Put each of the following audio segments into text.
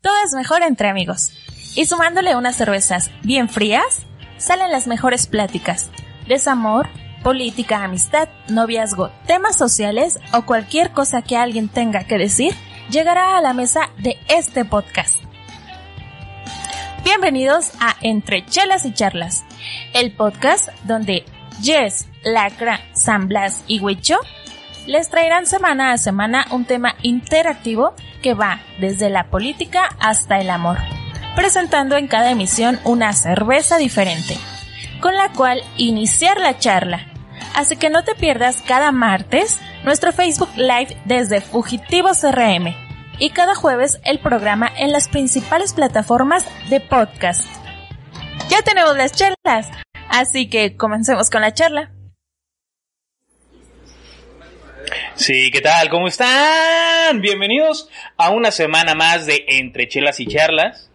Todo es mejor entre amigos. Y sumándole unas cervezas bien frías, salen las mejores pláticas. Desamor, política, amistad, noviazgo, temas sociales o cualquier cosa que alguien tenga que decir, llegará a la mesa de este podcast. Bienvenidos a Entre Chelas y Charlas, el podcast donde Jess, Lacra, San Blas y Huicho les traerán semana a semana un tema interactivo que va desde la política hasta el amor, presentando en cada emisión una cerveza diferente, con la cual iniciar la charla. Así que no te pierdas cada martes nuestro Facebook Live desde Fugitivos RM y cada jueves el programa en las principales plataformas de podcast. Ya tenemos las charlas, así que comencemos con la charla. Sí, ¿qué tal? ¿Cómo están? Bienvenidos a una semana más de Entre Chelas y Charlas,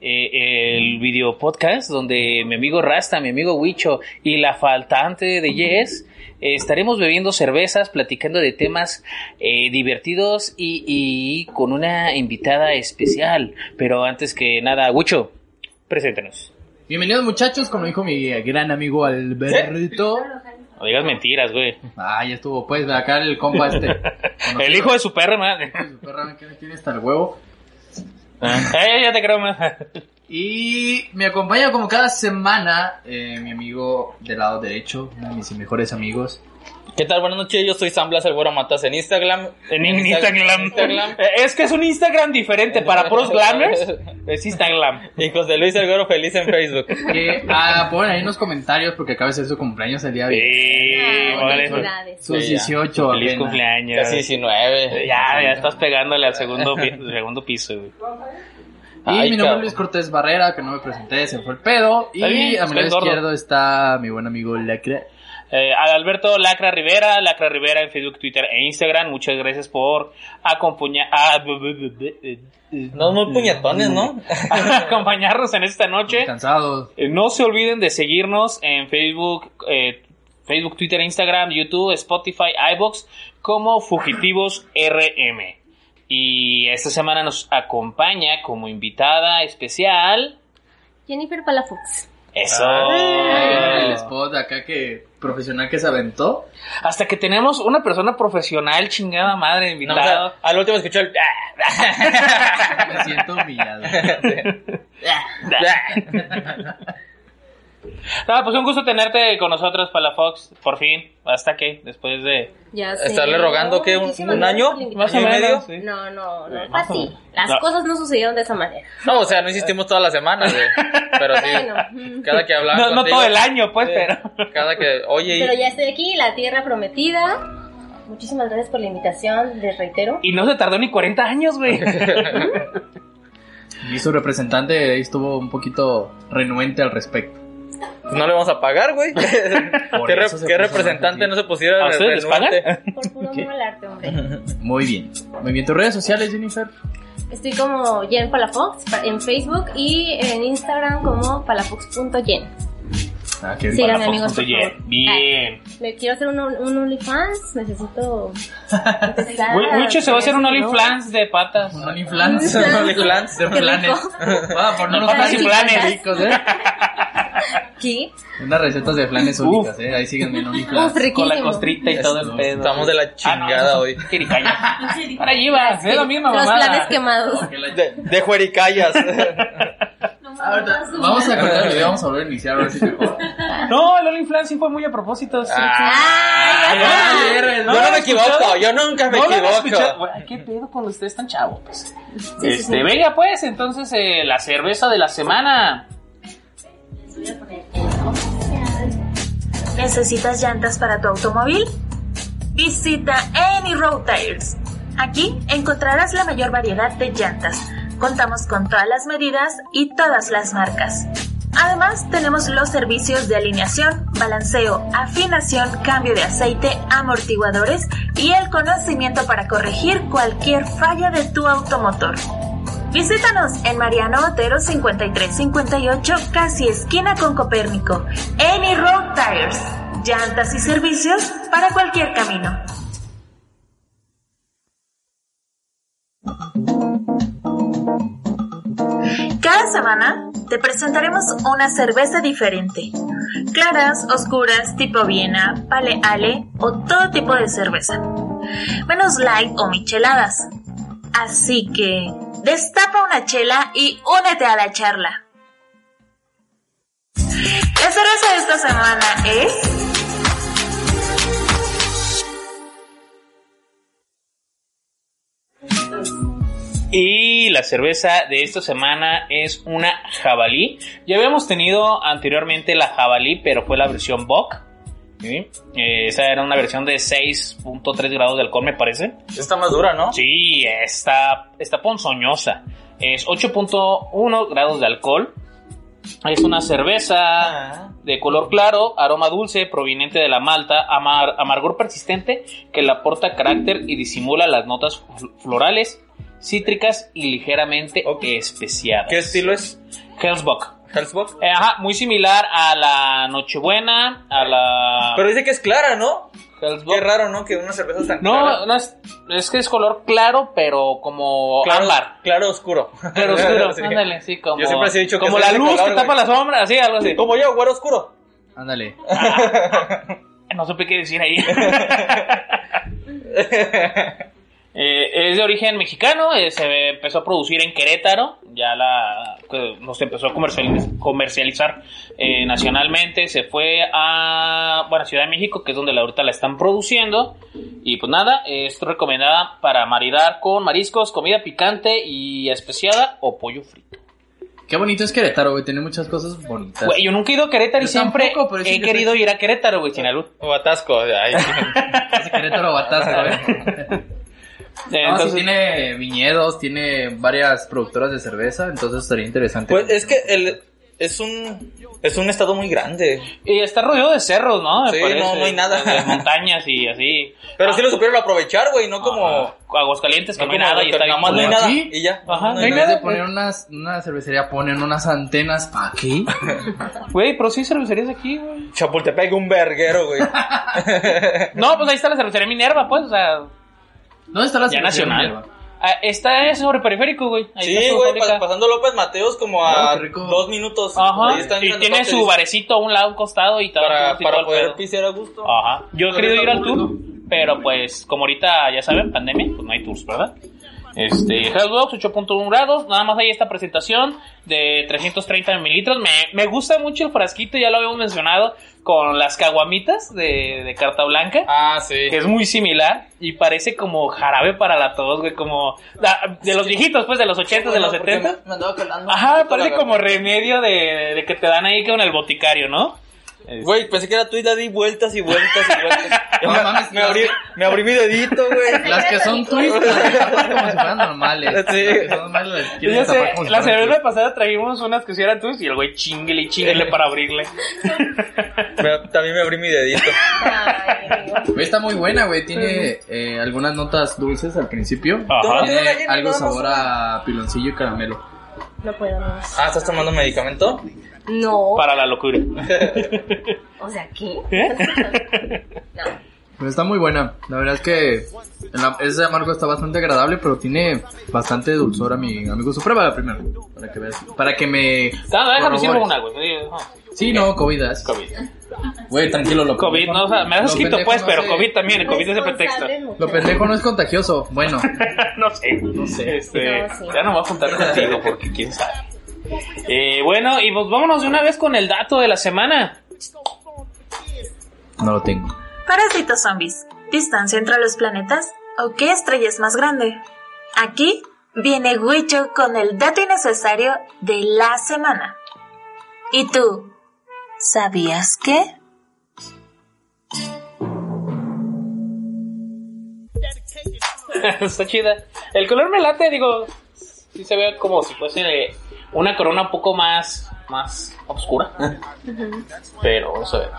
eh, el video podcast donde mi amigo Rasta, mi amigo Huicho y la faltante de Yes eh, estaremos bebiendo cervezas, platicando de temas eh, divertidos y, y con una invitada especial. Pero antes que nada, Huicho, preséntanos. Bienvenidos muchachos, como dijo mi gran amigo Alberto. No digas mentiras, güey. Ah, ya estuvo pues, acá el compa este. Bueno, El hijo de su perra, madre. hijo de su perra que me tiene hasta el huevo. Ay, Eh, ya te creo más. Y me acompaña como cada semana eh, mi amigo del lado derecho, uno de mis mejores amigos. ¿Qué tal? Buenas noches, yo soy San Blas el Güero Matas en Instagram. En Instagram. Instagram. Eh, Es que es un Instagram diferente para puros glammers. Es Instagram. Y José Luis el Güero Feliz en Facebook. Que ah, ponen ahí en los comentarios porque acaba de ser su cumpleaños el día de hoy. Sí, Ah, por eso. Sus sí, ya. 18 Feliz apenas. cumpleaños. Eh, Casi 19. Ya, ya estás pegándole al segundo, pi- segundo piso, güey. Y Ay, mi nombre es cabrón. Luis Cortés Barrera, que no me presenté, se fue el pedo. Y Está bien, a mi lado estoy gordo. izquierdo está mi buen amigo Lacra. Eh, a Alberto Lacra Rivera, Lacra Rivera en Facebook, Twitter e Instagram. Muchas gracias por ah, acompañar, eh, No, Mm. muy puñetones, ¿no? acompañarnos en esta noche. Cansado. Eh, No se olviden de seguirnos en Facebook, eh, Facebook, Twitter, Instagram, YouTube, Spotify, iBox como Fugitivos RM. Y esta semana nos acompaña como invitada especial. Jennifer Palafox. Eso. Ah. El spot de acá que profesional que se aventó. Hasta que tenemos una persona profesional, chingada madre, No, o sea, invitada. al último escuchó el. "Ah, Me siento humillado. ah". No, pues un gusto tenerte con nosotros, Palafox, por fin. Hasta que, después de... Ya sé. ¿Estarle rogando que un, Muchísimas un gracias año? por la ¿Más o invitación. medio? Sí. No, no, no. más o Fácil. menos. Las No. cosas no sucedieron de esa manera. No, o sea, no insistimos toda la semana, güey. Pero sí. Bueno. Cada que hablamos. No, no todo el año, pues, pero... Cada que. Oye, Pero ya estoy aquí, la tierra prometida. Muchísimas gracias por la invitación, les reitero. Y no se tardó ni 40 años, güey. Y su representante ahí estuvo un poquito renuente al respecto. no le vamos a pagar, güey. ¿Qué, re- eso se qué puso representante así. no se pusiera ¿A ustedes les renuente? Por puro amor al arte, hombre. Muy bien. Muy bien. ¿Tus redes sociales, Jennifer? Estoy como Jen Palafox pa- en Facebook y en Instagram como palafox.jen. Ah, qué Sí. Síganme, Palafox amigos, por pues, Oye, favor. Bien. Me quiero hacer un, un OnlyFans, necesito. empezar Wi- Wicho se va a hacer un con eso, ¿no? OnlyFans de patas. Un OnlyFlans. Un OnlyFlans. De Qué rico. planes. Ah, por no No, los papas y planes. ricos, ¿eh? ¿Qué? Unas recetas de flanes Uf. únicas, ¿eh? Ahí síganme en OnlyFlans. Uf, riquísimo. Con la costrita y todo el pedo. Ah, Estamos de la chingada hoy. Quiricaya. Para allí va, es la misma Los planes mamada. quemados. De, de Juericayas. Ahorita Vamos a cortar el video, vamos a volver a iniciar, ahora sí mejor. No, el OnlyFans sí fue muy a propósito. sí. Ah, Ay, Ah, ya. verga, yo no lo me he equivoco, escuchado. yo nunca me No lo he escuchado. equivoco. Güey, ¿Qué pedo con ustedes tan chavos? Pues? sí, este, sí. venga pues, entonces eh, la cerveza de la semana. ¿Necesitas llantas para tu automóvil? Visita Any Road Tires. Aquí encontrarás la mayor variedad de llantas. Contamos con todas las medidas y todas las marcas. Además, tenemos los servicios de alineación, balanceo, afinación, cambio de aceite, amortiguadores y el conocimiento para corregir cualquier falla de tu automotor. Visítanos en Mariano Otero 5358, casi esquina con Copérnico. Any Road Tires. Llantas y servicios para cualquier camino. semana te presentaremos una cerveza diferente. Claras, oscuras, tipo Viena, Pale Ale o todo tipo de cerveza. Menos light o micheladas. Así que destapa una chela y únete a la charla. La cerveza de esta semana es... Y la cerveza de esta semana es una jabalí. Ya habíamos tenido anteriormente la jabalí, pero fue la versión Bock. ¿sí? Eh, esa era una versión de 6.3 grados de alcohol, me parece. Está más dura, ¿no? Sí, está, está ponzoñosa. Es 8.1 grados de alcohol. Es una Ah. cerveza de color claro, aroma dulce, proveniente de la malta, amar- amargor persistente que le aporta carácter y disimula las notas fl- florales, cítricas y ligeramente Ok. especiadas. ¿Qué estilo es? Hellsbock. Hellsbock. Eh, ajá, muy similar a la Nochebuena, a la Pero dice que es clara, ¿no? Hellsbock. Qué raro, ¿no? Que una cerveza tan No, clara. no es, es que es color claro, pero como claro, ámbar. claro oscuro. Pero oscuro, Sí. ándale, sí, como. Yo siempre así he dicho que Como soy la ese luz color, que güey. tapa la sombra, así, algo así. Como yo, güero oscuro. Ándale. No supe qué decir ahí. Eh, es de origen mexicano, eh, se empezó a producir en Querétaro, ya la que nos empezó a comercializ- comercializar eh, nacionalmente, se fue a bueno, Ciudad de México, que es donde la ahorita la están produciendo, y pues nada, es recomendada para maridar con mariscos, comida picante y especiada o pollo frito. Qué bonito es Querétaro, güey. Tiene muchas cosas bonitas. Güey, yo nunca he ido a Querétaro y Yo siempre tampoco, pero sí he que querido ir a Querétaro, güey, Sinaloa. O atasco. Ay, Ese Querétaro batasco, ¿eh? Eh, No, Ah, sí entonces, tiene viñedos, tiene varias productoras de cerveza, entonces estaría interesante. Pues es que el, es un es un estado muy grande. Y está rodeado de cerros, ¿no? Me Sí, no, no hay nada. De montañas y así. Pero sí lo supieron aprovechar, güey, no como Ah. Ajá. Aguascalientes, que no no hay como- nada y está nada bien más no hay culero. nada ¿Sí? y ya. Ajá, No no hay en hay nada. vez de nada, poner unas, una cervecería, ponen unas antenas. ¿Para qué? Güey, pero sí hay cervecerías aquí, güey. Chapultepec un verguero, güey. No, pues ahí está la cervecería Minerva, pues, o sea, ¿Dónde está la ya cervecería nacional. Minerva? Ah, está sobre periférico, güey. Ahí Sí, está su güey, fábrica. pa- pasando López Mateos como a Oh, qué rico. dos minutos. Ahí Ajá. están Y dando tiene toques su barecito a un lado, a un costado y tal. para, y todo para el poder pedo. pisear a gusto. Ajá. Yo he Pero querido ir está al tour, aburrido. pero pues como ahorita ya saben, pandemia, pues no hay tours, ¿verdad? Este, Hellbox 8.1 grados, nada más ahí esta presentación de 330 mililitros. Me, me gusta mucho el frasquito, ya lo habíamos mencionado, con las caguamitas de, de carta blanca. Ah, sí. que Es muy similar y parece como jarabe para la tos, güey, como la- de los viejitos, pues de los 80, de los 70. Me andaba calando. Ajá, parece como remedio de, de que te dan ahí con el boticario, ¿no? Güey, pensé que era tú y la di vueltas y vueltas y vueltas. No me, mames, me abrí, me abrí mi dedito, güey. Las que son twists, las que tapan como si fueran normales. Sí. Las que son normales las quieren Ya tapar sé, como si la fueran semana pasada trajimos unas que sí eran tuyas y el güey chingle y chingle para abrirle. Me- también me abrí mi dedito. Ay, amigo. twists. Güey, Está muy buena, güey. Tiene eh, algunas notas dulces al principio. Ajá. Ajá. Tiene algo sabor a piloncillo y caramelo. No puedo, amigos. Ah, ¿estás tomando medicamento? No. Para la locura. O sea, ¿qué? ¿Eh? No. Pero está muy buena. La verdad es que en la- ese amargo está bastante agradable, pero tiene bastante dulzor a mi amigo. Su prueba la primera, para que veas. Para que me... Nada, déjame corrobores. sirvo una, güey. Sí, no, COVID. es. COVID. Güey, tranquilo, lo COVID, no, o sea, me Lo has escrito pendejo pues, no pero se- COVID también, el COVID es el pretexto. Responsable mujer. Lo pendejo no es contagioso. Bueno, no sé. sé. Este, No sé. Ya no me voy a juntar contigo porque quién sabe. Eh, bueno, y pues vámonos de una vez con el dato de la semana. no lo tengo. Parásitos zombies. Distancia entre los planetas o qué estrella es más grande. Aquí viene Huicho con el dato innecesario de la semana. ¿Y tú? ¿Sabías que? Está chida. El color me late, digo, sí se ve como si fuese una corona un poco más, más oscura. Pero vamos a ver.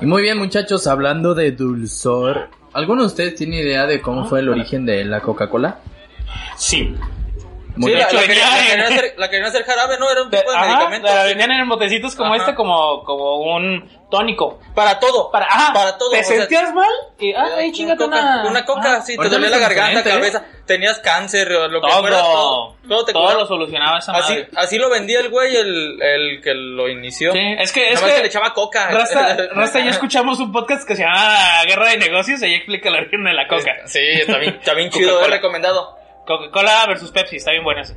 Y muy bien, muchachos, hablando de dulzor. ¿Alguno de ustedes tiene idea de cómo fue el origen de la Coca-Cola? Sí. Sí, Muy De la, hecho, la querían, la venía en- querían hacer, la querían hacer jarabe, ¿no? Era un tipo de, Ajá, medicamento. la vendían en botecitos como Ajá. este, como, como un tónico. Para todo. Para, ajá, para todo. ¿Te o sea, sentías mal? Y, ah, eh, ahí chingate coca, una... una coca, Ajá. sí, te Ahorita dolía la no es garganta, diferente, ¿eh? cabeza, tenías cáncer, o lo que Todo. fuera, todo, todo te Todo curaba. lo solucionaba esa así, madre. así lo vendía el güey, el, el que lo inició. Sí, es que, es Nada más que, que le echaba coca. Rasta, Rasta, ya escuchamos un podcast que se llama Guerra de Negocios, ahí explica el origen de la coca. Este, Sí, está bien, está bien chido, es Coca-Cola. recomendado. Coca-Cola versus Pepsi, está bien buena esa.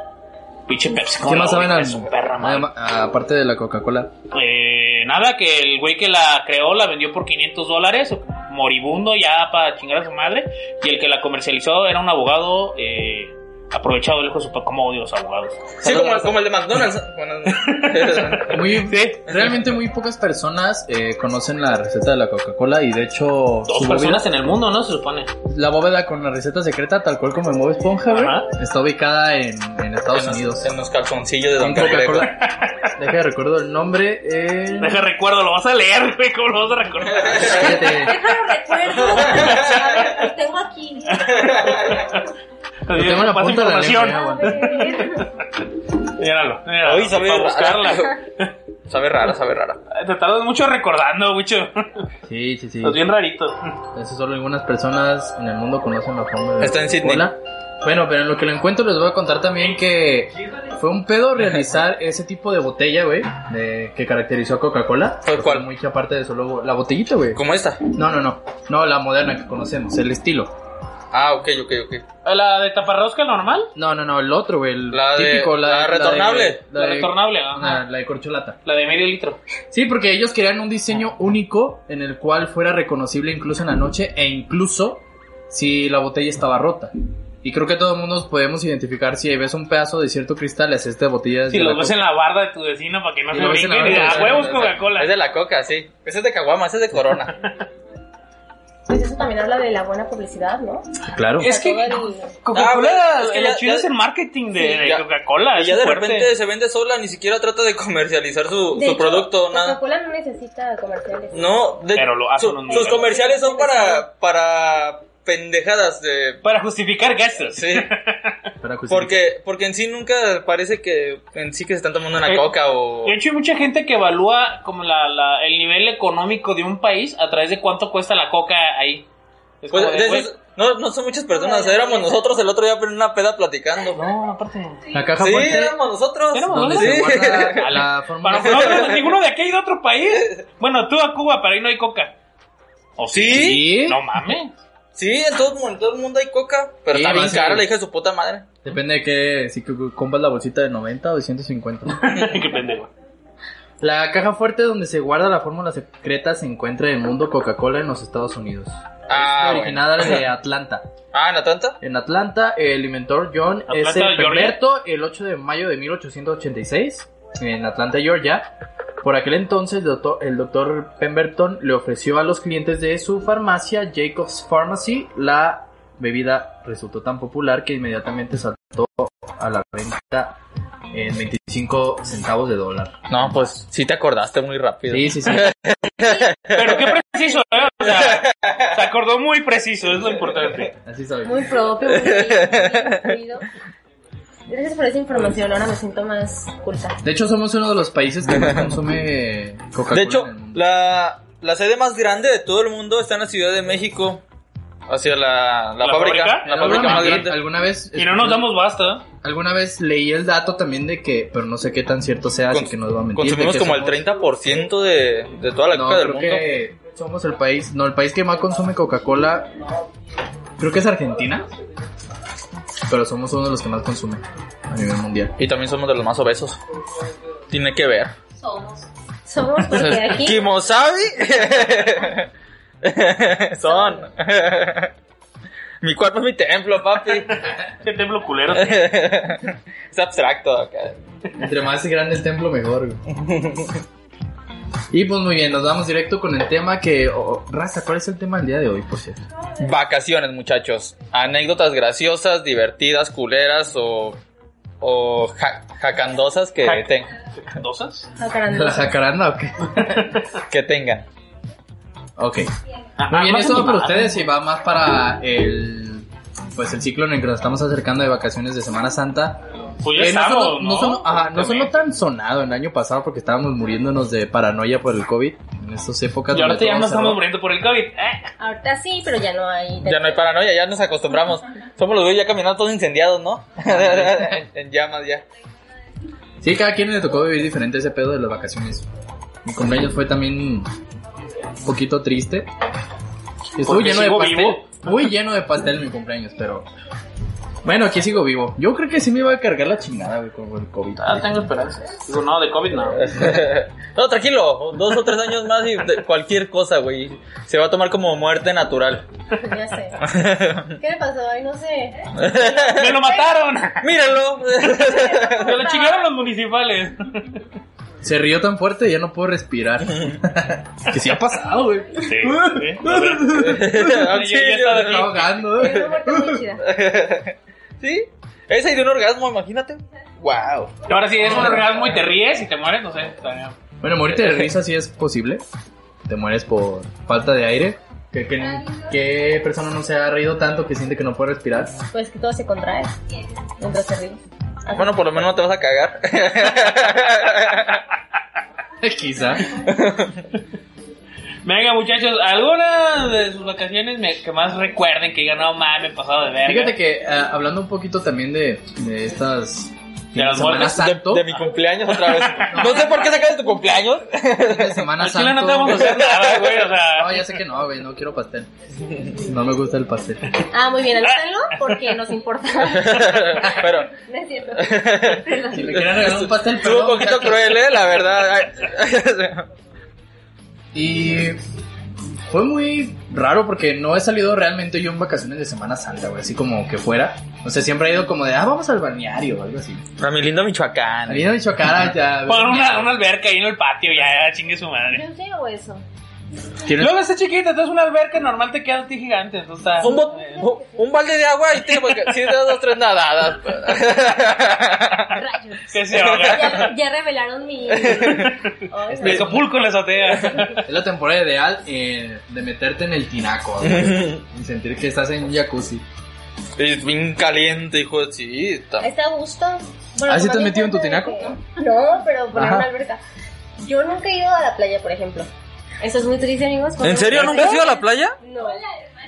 Pinche Pepsi. ¿Qué más saben? Es un perra, madre. adem- Aparte de la Coca-Cola. Eh, nada, que el güey que la creó la vendió por 500 dólares, moribundo ya para chingar a su madre, y el que la comercializó era un abogado eh, aprovechado, el hijo de su pa- ¿Cómo odio a los abogados? Sí, como, como el de McDonald's. Bueno, Muy, Realmente muy pocas personas eh, conocen la receta de la Coca-Cola y de hecho Dos su personas en el mundo, ¿no? Se supone. bóveda- la bóveda con la receta secreta, tal cual como en Bob Esponja, güey, Ajá. está ubicada en, en Estados en los- Unidos. En los calzoncillos de Don Con Cangrejo. Coca-Cola. Deja de recuerdo el nombre. eh, Deja recuerdo, lo vas a leer, güey, ¿cómo lo vas a recordar? fíjate, Déjalo recuerdo. A ver, lo tengo aquí. lo tengo en la Pasa punta de la lengua. información. ya, A güey. ver. Míralo, míralo. Ay, sabe para rara. buscarla. Sabe rara, sabe rara. Te tardas mucho recordando, mucho. Sí, sí, sí. Estás bien rarito. Eso solo algunas personas en el mundo conocen la forma de Está en Sydney. Hola. Bueno, pero en lo que lo encuentro les voy a contar también que fue un pedo realizar ese tipo de botella, güey, de- que caracterizó a Coca-Cola. ¿Fue Pero cuál? fue Mucha parte de solo la botellita, güey. Como esta. No, no, no. No, la moderna que conocemos, el estilo. Ah, ok, ok, ok. ¿La de taparrosca normal? No, no, no, el otro, güey, el La de- típico, la de- retornable. La, La, de, Ah. retornable, ajá. ajá, la de corcholata. La de medio litro. Sí, porque ellos querían un diseño único en el cual fuera reconocible incluso en la noche e incluso si la botella estaba rota. Y creo que todo el mundo nos podemos identificar si ves un pedazo de cierto cristal, es esta botella. es Si de lo la ves Coca. en la barda de tu vecino para que no Sí, se lo ves en la brinquen y barda diga, de- "A huevos Es Coca-Cola. de la coca, sí. Ese es de Caguama, ese es de Corona. Pues eso también habla de la buena publicidad, ¿no? Claro. Es que Todo el- Coca-Cola, Ah, güey, es es que que ya- lo chido ya- es el marketing de, Sí, de ya- Coca-Cola. Y ya es de fuerte. repente se vende sola, ni siquiera trata de comercializar su, De su hecho, producto, nada. Coca-Cola no necesita comerciales. No, de- Pero lo hacen un sus millón. comerciales son para, para pendejadas de... Para justificar gastos. Sí, Para pues, justificar. porque, porque en sí nunca parece que en sí que se están tomando una Eh, coca o... De hecho, hay mucha gente que evalúa como la, la- el nivel económico de un país a través de cuánto cuesta la coca ahí. Es Pues, como de, de güey, esas- no, no son muchas personas, éramos nosotros el otro día en una peda platicando. no, aparte. La caja Sí, fuerte éramos nosotros. Éramos donde ¿dónde? se Sí. guarda a la fórmula. Para nosotros, ninguno de aquí hay de otro país. Bueno, tú a Cuba, pero ahí no hay coca. ¿O Sí. No mames. Sí, en todo, en todo el mundo hay coca, pero Sí, está bien más, cara, sí. la hija de su puta madre. Depende de que si cu- compras la bolsita de 90 o de 150. Qué pendejo. La caja fuerte donde se guarda la fórmula secreta se encuentra en el mundo Coca-Cola en los Estados Unidos. Ah, Es bueno. originada de Atlanta. Ah, ¿en Atlanta? En Atlanta, el inventor John Atlanta, S. Georgia. Pemberto, el 8 de mayo de 1886, en Atlanta, Georgia. Por aquel entonces, el doctor, el doctor Pemberton le ofreció a los clientes de su farmacia, Jacobs Pharmacy, la bebida resultó tan popular que inmediatamente saltó a la venta en 25 centavos de dólar. No, pues sí te acordaste muy rápido. Sí, sí, sí. Pero qué preciso, ¿eh? O sea, se acordó muy preciso, es lo importante. Así sabes. Muy propio, muy, muy incluido. Gracias por esa información, ahora me siento más culta. De hecho, somos uno de los países que más consume Coca-Cola. De hecho, en el mundo. la, la sede más grande de todo el mundo está en la Ciudad de México. Hacia la, la, ¿La fábrica, fábrica? La Alguna fábrica más vez- grande. ¿Alguna vez? Y no nos damos basta. Alguna vez leí el dato también de que, pero no sé qué tan cierto sea, así Cons- que nos va a mentir. Consumimos de que como el somos- 30% de, de toda la No, coca del creo mundo. que somos el país, no, el país que más consume Coca-Cola, creo que es Argentina, pero somos uno de los que más consume a nivel mundial. Y también somos de los más obesos. Tiene que ver. Somos. Somos porque aquí Kimosabi. Son. mi cuerpo es mi templo, papi. Qué templo culero. es abstracto acá. Entre más grande el templo, mejor. güey. Y pues muy bien, nos vamos directo con el tema que... oh, oh, Raza, ¿cuál es el tema del día de hoy, por cierto? Vacaciones, muchachos. Anécdotas graciosas, divertidas, culeras o, o ja- jacandosas que, Jac- ten- ¿Dosas? ¿La jacaranda. jacaranda o qué? que tengan. Ok. Ah, Muy bien, más eso va para animada. ustedes y va más para el pues el ciclo en el que nos estamos acercando de vacaciones de Semana Santa. Pues ya Eh, no estamos, sonó- no sonó- ajá, no sonó tan sonado el año pasado porque estábamos muriéndonos de paranoia por el COVID en estas épocas. Y donde ahorita ya todo no estamos cerró. muriendo por el COVID. Eh, Ahorita sí, pero ya no hay. Ya no hay paranoia, ya nos acostumbramos. Somos los güeyes ya caminando todos incendiados, ¿no? en, en llamas ya. Sí, cada quien le tocó vivir diferente ese pedo de las vacaciones. Mi cumpleaños fue también un poquito triste. Estuvo Porque lleno de sigo pastel. vivo. Muy lleno de pastel mi cumpleaños, pero. Bueno, aquí sigo vivo. Yo creo que sí me iba a cargar la chingada, güey, con el COVID. Ah, tengo esperanza. Digo, no, de COVID no. no, tranquilo, dos o tres años más y de- cualquier cosa, güey. Se va a tomar como muerte natural. Ya sé. ¿Qué le pasó? Ay, no sé. ¡Me lo mataron! Míralo. ¡Me lo chingaron los municipales! Se rió tan fuerte ya no puedo respirar. que sí ha pasado, güey. Sí. sí. A ver. Ya- ya está Me está Auxilio. ahogando, güey. Es una muerte muy chida. ¿Sí? Esa y de un orgasmo, imagínate. Wow. Ahora sí, es un orgasmo y te ríes y te mueres, no sé. está bien. Bueno, morirte de risa sí es posible. Te mueres por falta de aire. ¿Qué, qué, qué persona no se ha reído tanto que siente que no puede respirar? Pues que todo se contrae mientras se ríe. Bueno, por lo menos no te vas a cagar. Quizá. Venga, muchachos, algunas de sus vacaciones me- que más recuerden que digan, no mames, he pasado de verga. Fíjate que ah, hablando un poquito también de, de estas. De las Semana muertes, De, Santo. de mi cumpleaños otra vez. No sé por qué sacas tu cumpleaños. de Semana Al chile no Santo. te vamos a hacer nada, güey, o sea. No, ya sé que no, güey, no quiero pastel. No me gusta el pastel. Ah, muy bien, anótenlo porque nos importa. Pero No es cierto. Si me quieren regalar un pastel, estuvo perdón, un poquito muchachos. cruel, ¿eh? La verdad. Y fue muy raro porque no he salido realmente yo en vacaciones de Semana Santa, güey, así como que fuera. O sea, siempre he ido como de, ah, vamos al balneario o algo así. A mi lindo Michoacán. Había dicho cara ya. Pon una, una alberca ahí en el patio, ya, ya, chingue su madre. ¿Yo sí o eso? ¿Quieres- Luego está chiquita, entonces una alberca normal te queda a ti gigante, entonces está... eh, Un, bo- un- un balde de agua y te, si te das dos, tres nadadas. pues. Rayos. Que se ahoga. Ya, ya revelaron mi. Ay, De Acapulco en la azotea. Es la temporada ideal eh, de meterte en el tinaco, güey, y sentir que estás en un jacuzzi. Es bien caliente, hijo de sí. está- Está a gusto. ¿Ah, sí te has tomando metido en tu cuenta de tinaco? que- No, pero poner Ajá. una alberca. Yo nunca he ido a la playa, por ejemplo. Eso es muy triste, amigos. porque- ¿En serio nunca has ido a la playa? No.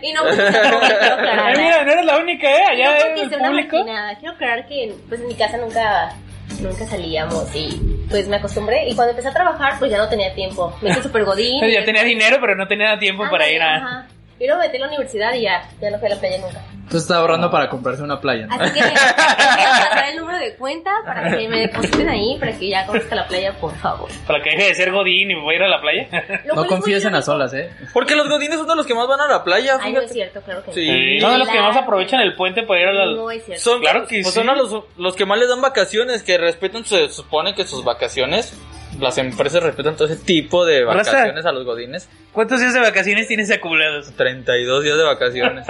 Y no porque sea hombre, quiero aclarar. Ay, ¿eh? mira, no eres la única, ¿eh? Allá no en porque el sea una público. maquinada. Quiero aclarar que pues, en mi casa nunca, nunca salíamos y pues me acostumbré. Y cuando empecé a trabajar, pues ya no tenía tiempo. Me hice súper godín. Pero Ya tenía dinero, pero no tenía tiempo Ándale, para ir a... ajá. Y luego metí a la universidad y ya, ya no fui a la playa nunca. Tú estás ahorrando para comprarse una playa. ¿no? Así que voy a pasar el número de cuenta para que me depositen ahí, para que ya conozca la playa, por favor. Para que deje de ser Godín y me voy a ir a la playa. Lo cual No es confíes muy en las irónico. olas, ¿eh? Porque los godines son de los que más van a la playa. Ay, no fíjate. es cierto, claro que no. Sí. Sí, Son de los que más aprovechan el puente para ir a la... No es cierto. Son, Claro que pues sí. son a los, los que más les dan vacaciones, que respetan, se supone que sus vacaciones, las empresas respetan todo ese tipo de Raza. vacaciones a los godines. ¿Cuántos días de vacaciones tienes acumulados? 32 días de vacaciones.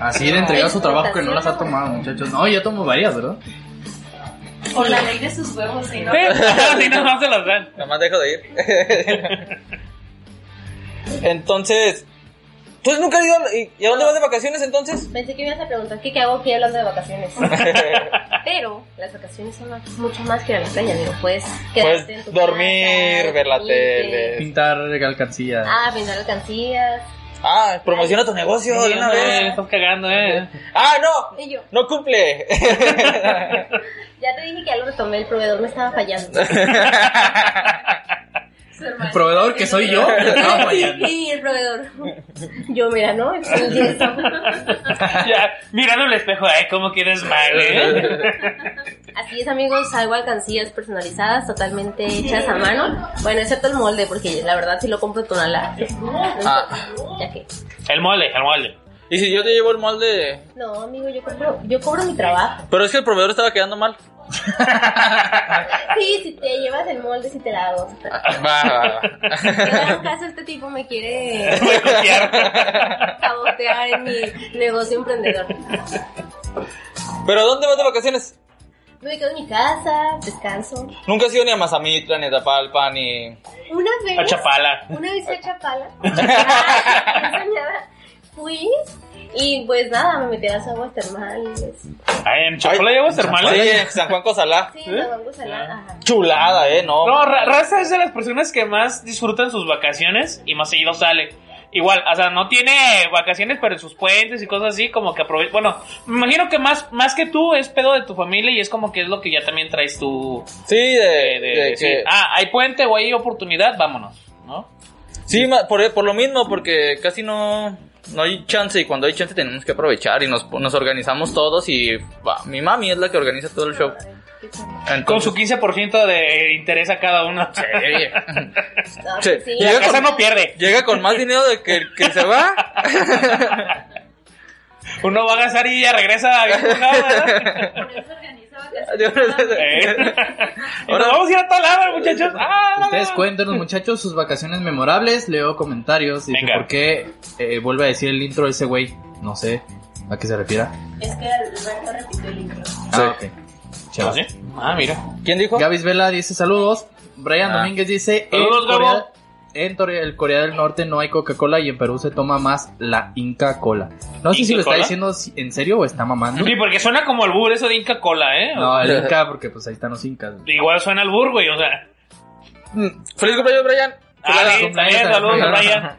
Así de entregado a su trabajo que no las ha tomado, muchachos. No, yo tomo varias, ¿verdad? Por la ley de sus huevos, si no. Sí, si no, no se las dan. Nada más dejo de ir. entonces, ¿tú nunca has ido? a- ¿Y y a dónde vas de vacaciones entonces? Pensé que me ibas a preguntar qué, qué hago aquí hablando de vacaciones. Pero las vacaciones son más- mucho más que ir a la playa, digo, puedes quedarte en tu Puedes dormir, casa, ver la irte. tele. Pintar alcancía. Ah, pintar alcancías. Ah, promociona tu negocio de una No, vez. Estás cagando, ¿eh? Ah, no, Y yo, no cumple. ya te dije que algo retomé, el proveedor me estaba fallando. Su hermano. El proveedor que soy yo. me estaba fallando. Y el proveedor. Yo, mira, ¿no? Es un yeso. Ya, mirando el espejo, ay, cómo quedas mal, ¿eh? Así es, amigos, hago alcancías personalizadas, totalmente hechas a mano. Bueno, excepto el molde, porque la verdad sí lo compro tonalá. Ah, Ya que. El molde, el molde. y si yo te llevo el molde. No, amigo, yo cobro, yo cobro mi trabajo. Pero es que el proveedor estaba quedando mal. Sí, si te llevas el molde, sí te la hago. Va, va, va. En un caso, este tipo me quiere Voy a copiar. sabotear en mi negocio emprendedor. Pero ¿dónde vas de vacaciones? Me quedo en mi casa, descanso. Nunca has ido ni a Mazamitla, ni a Tapalpa, ni... Una vez. A Chapala. Una vez fui a Chapala. Ay, qué soñada. fui y pues nada, me metí a las aguas termales. Ay, en Chapala llevas termales. Oye, San Juan Cosalá. Sí, ¿Sí? nos vamos a Ah. la... Ajá. Chulada, eh, no. No, Ra- Raza es de las personas que más disfrutan sus vacaciones y más seguido sale. Igual, o sea, no tiene vacaciones, pero en sus puentes y cosas así, como que aprovecha. Bueno, me imagino que más, más que tú es pedo de tu familia y es como que es lo que ya también traes tú. Sí, de, de- de- de sí. que- Ah, hay puente o hay oportunidad, vámonos, ¿no? Sí, ma- por, por lo mismo, porque casi no, no hay chance y cuando hay chance tenemos que aprovechar y nos, nos organizamos todos y bah, mi mami es la que organiza todo el show. Con Entonces, su 15% de interés a cada uno. eh, No, Sí, pues, sí, y La Llega casa con- no pierde. llega con más dinero de que, que se va. Uno va a gastar y ya regresa bien jugado, ¿verdad? Por eso organizaba que Eh. Y nos Ahora- vamos a ir a tal lado, muchachos. Ah, Ustedes cuéntenos, muchachos, sus vacaciones memorables. Leo comentarios. Dice, Venga. ¿por qué eh, vuelve a decir el intro ese güey? No sé a qué se refiera. Es que Alberto repitió el intro. Ah, ok. ¿Ah, Chava. sí? Ah, mira. ¿Quién dijo? Gavis Vela dice saludos. Brian Ah. Domínguez dice Saludos, en, Corea, Gabo. en Tore- el Corea del Norte no hay Coca-Cola y en Perú se toma más la Inca Cola. No sé si lo está ¿Inca-Cola? diciendo si- en serio o está mamando. Sí, porque suena como albur eso de Inca Cola, ¿eh? No, el Inca porque pues ahí están los incas. Igual suena albur, güey, o sea. Mm, Feliz cumpleaños, Brian. Ah, Chulada. sí, también, saludos a Brian. feliz cumpleaños.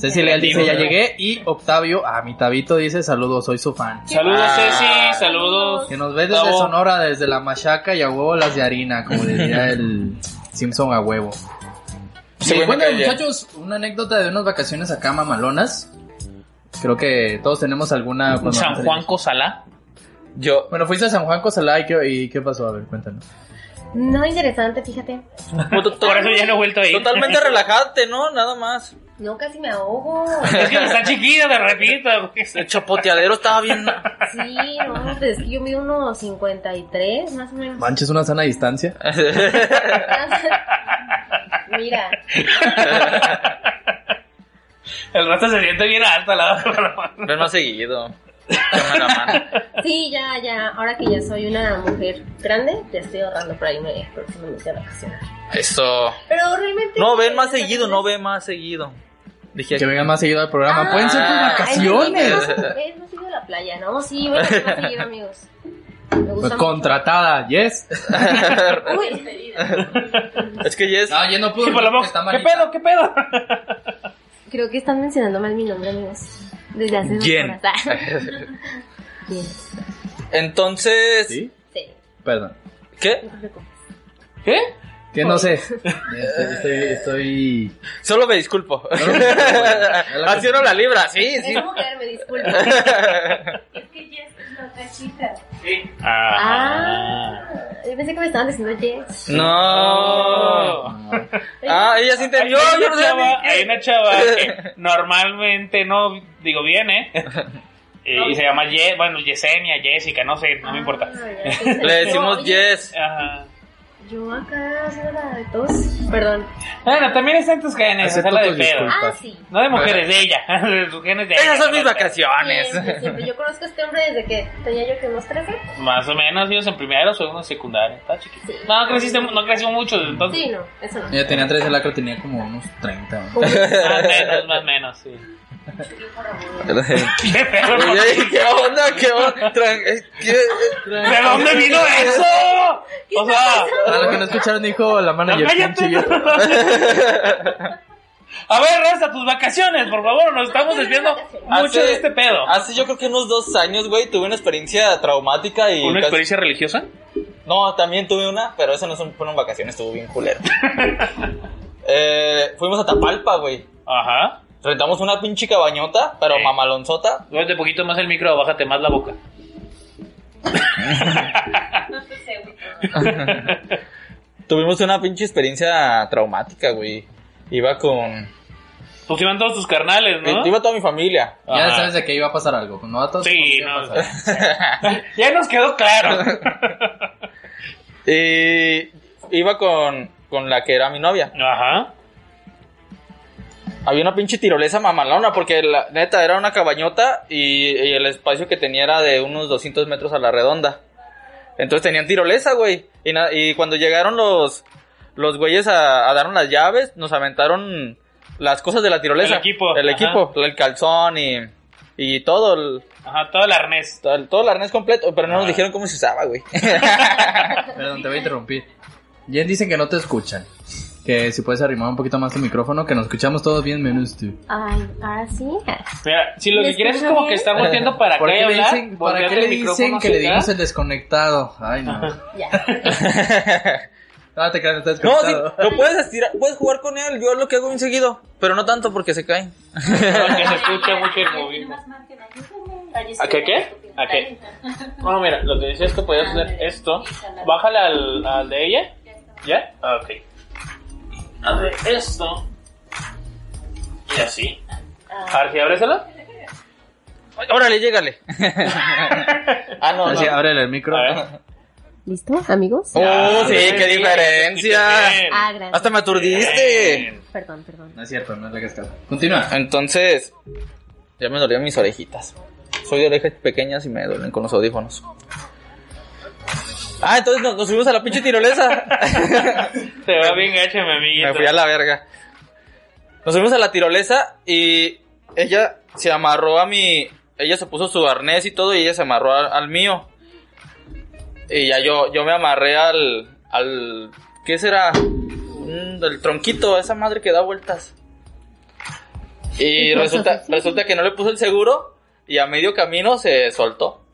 Cecilia dice Latino, ya ¿no? llegué y Octavio, a mi tabito dice saludos, soy su fan. Saludos, Ah. Ceci, saludos. Que nos ve desde Octavo. Sonora, desde la machaca y a huevo las de harina, como diría el Simpson a huevo. Sí, Y güey, me cuéntanos, cae bien. muchachos, una anécdota de unas vacaciones acá mamalonas. Creo que todos tenemos alguna. cuando San nos- Juan Cosalá. Yo. Bueno, fuiste a San Juan Cosalá y qué, y qué pasó, a ver, cuéntanos. No, interesante, fíjate. Por eso ya no he vuelto a ir. Totalmente relajante, ¿no? Nada más. No, casi me ahogo. Es que está chiquito, te repito. güey. El chapoteadero estaba bien. Sí, no, pues es que yo mido unos 53, más o menos. Manches una sana distancia. Mira, El rato se siente bien alto al lado de la mano. Ven más seguido. Dame la mano. sí, ya, ya, ahora que ya soy una mujer grande, ya estoy ahorrando para irme próximamente a vacacionar. Eso. Pero realmente... No, ven más seguido, no ven más seguido. Dije, Que vengan más seguido al programa. Ah, Pueden ser tus ay, Ay, vacaciones. no, no, no, no, no, no, no, no, la playa, ¿no? Sí, voy a seguir, amigos. Pues Me gusta Contratada, yes. mucho. Uy, es que ya es. Ah. No, yo no pude. Sí, por la boca. está ¿Qué malita. pedo? ¿Qué pedo? creo que están mencionando mal mi nombre, amigos. Desde hace dos Jen. horas. Ah, Jen, Entonces. ¿Sí? sí, Perdón. ¿Qué? no te preocupes. ¿Qué? Que no sé. Estoy, estoy, estoy- Solo me disculpo. la- Así no la libra, sí, sí. Es como que me disculpo. Es que Jess es la otra chica. Ah, yo pensé que me estaban diciendo yes. Ah. No. Oh. Ah, ella sí Hay, entendió. hay yo una no sé chava, ni hay qué. una chava que normalmente no, digo bien, ¿eh? Eh, Y se llama Ye, bueno, Yesenia, Jessica, no sé, no me Ah, importa. Le decimos yes. Ajá. Yo acá soy la de todos. Perdón. Bueno, también está en tus genes, Acepto es la de tus pedo. disculpas. Ah, sí. No de mujeres, de ella. De sus genes de ella. Esas son mis no de pedo. vacaciones. Siempre, siempre. Yo conozco a este hombre desde que tenía yo que unos 13. Más o menos, ellos en primero, segundo, secundaria. Está chiquito. No, creciste, mu- no creció mucho, entonces. Sí, no, eso no. Ella tenía tres de lacro, tenía como unos 30. ¿no? Más o menos, más o menos, sí. ¿Qué pedo? Oye, ¿Qué onda? ¿Qué onda? Tran- eh, ¿Qué? ¿De dónde vino eso? O sea, Para los que no escucharon, dijo la no, manager. cállate. pinche yo. A ver, Rasta, tus vacaciones, por favor. Nos estamos desviando mucho Hace- de este pedo. Hace yo creo que unos dos años, güey, tuve una experiencia traumática y... ¿Una casi- experiencia religiosa? No, también tuve una, pero esa no son- fueron vacaciones, estuvo bien culero. Eh, fuimos a Tapalpa, güey. Ajá. Rentamos una pinche cabañota, pero Sí. mamalonzota. Súbete poquito más el micro, bájate más la boca. No te sé, güey. Tuvimos una pinche experiencia traumática, güey. Iba con... Pues iban todos tus carnales, ¿no? Iba toda mi familia. Ya Ajá. sabes de que iba a pasar algo. Con novatos. Sí, iba a no, pasar. Ya nos quedó claro. Y iba con, con la que era mi novia. Ajá. Había una pinche tirolesa mamalona, porque la neta era una cabañota y, y el espacio que tenía era de unos 200 metros a la redonda. Entonces tenían tirolesa, güey. Y, na- y cuando llegaron los, los güeyes a, a darnos las llaves, nos aventaron las cosas de la tirolesa. El equipo, El ajá. equipo, el calzón y, y todo, el, Ajá, todo el arnés. todo, el- todo el arnés completo, pero no nos Ah. dijeron cómo se usaba, güey. Perdón, te voy a interrumpir. Bien dicen que no te escuchan. Que si puedes arrimar un poquito más tu micrófono, que nos escuchamos todos bien menos tú. Ay, ahora sí. Mira, si lo que ¿Les quieres es escucho como bien? que estar volteando para acá ¿Por y qué le hablar. dicen, ¿para voltearte qué le el micrófono dicen que hacia le dimos acá. el desconectado? Ay, no. Ya. No te creas, no está no, sí, desconectado. lo puedes estirar, puedes jugar con él, yo lo que hago bien seguido, pero no tanto porque se caen. No, que se escucha mucho el movimiento. ¿A qué qué? ¿A qué? Bueno, mira, lo que decía es que podías hacer esto. Bájale al, al de ella. ¿Ya? Ah, Ok. A ver, esto. Y así. Ahora sí, ábreselo. Órale, llégale. ah, no, Así, no. ábrele el micro. A ver. ¿Listo, amigos? Oh, sí, Bien, qué bien, diferencia. bien. Ah, gracias. Hasta me aturdiste. Bien. Perdón, perdón. No es cierto, no es la que está. Continúa. Entonces, ya me dolían mis orejitas. Soy de orejas pequeñas y me duelen con los audífonos. Ah, entonces nos, nos subimos a la pinche tirolesa. Te va bien gacho, mi amiguito. me fui a la verga. Nos subimos a la tirolesa y ella se amarró a mi... Ella se puso su arnés y todo y ella se amarró al, al mío. Y ya yo, yo me amarré al... al ¿Qué será? Mm, Del tronquito, esa madre que da vueltas. Y resulta, resulta que no le puso el seguro y a medio camino se soltó.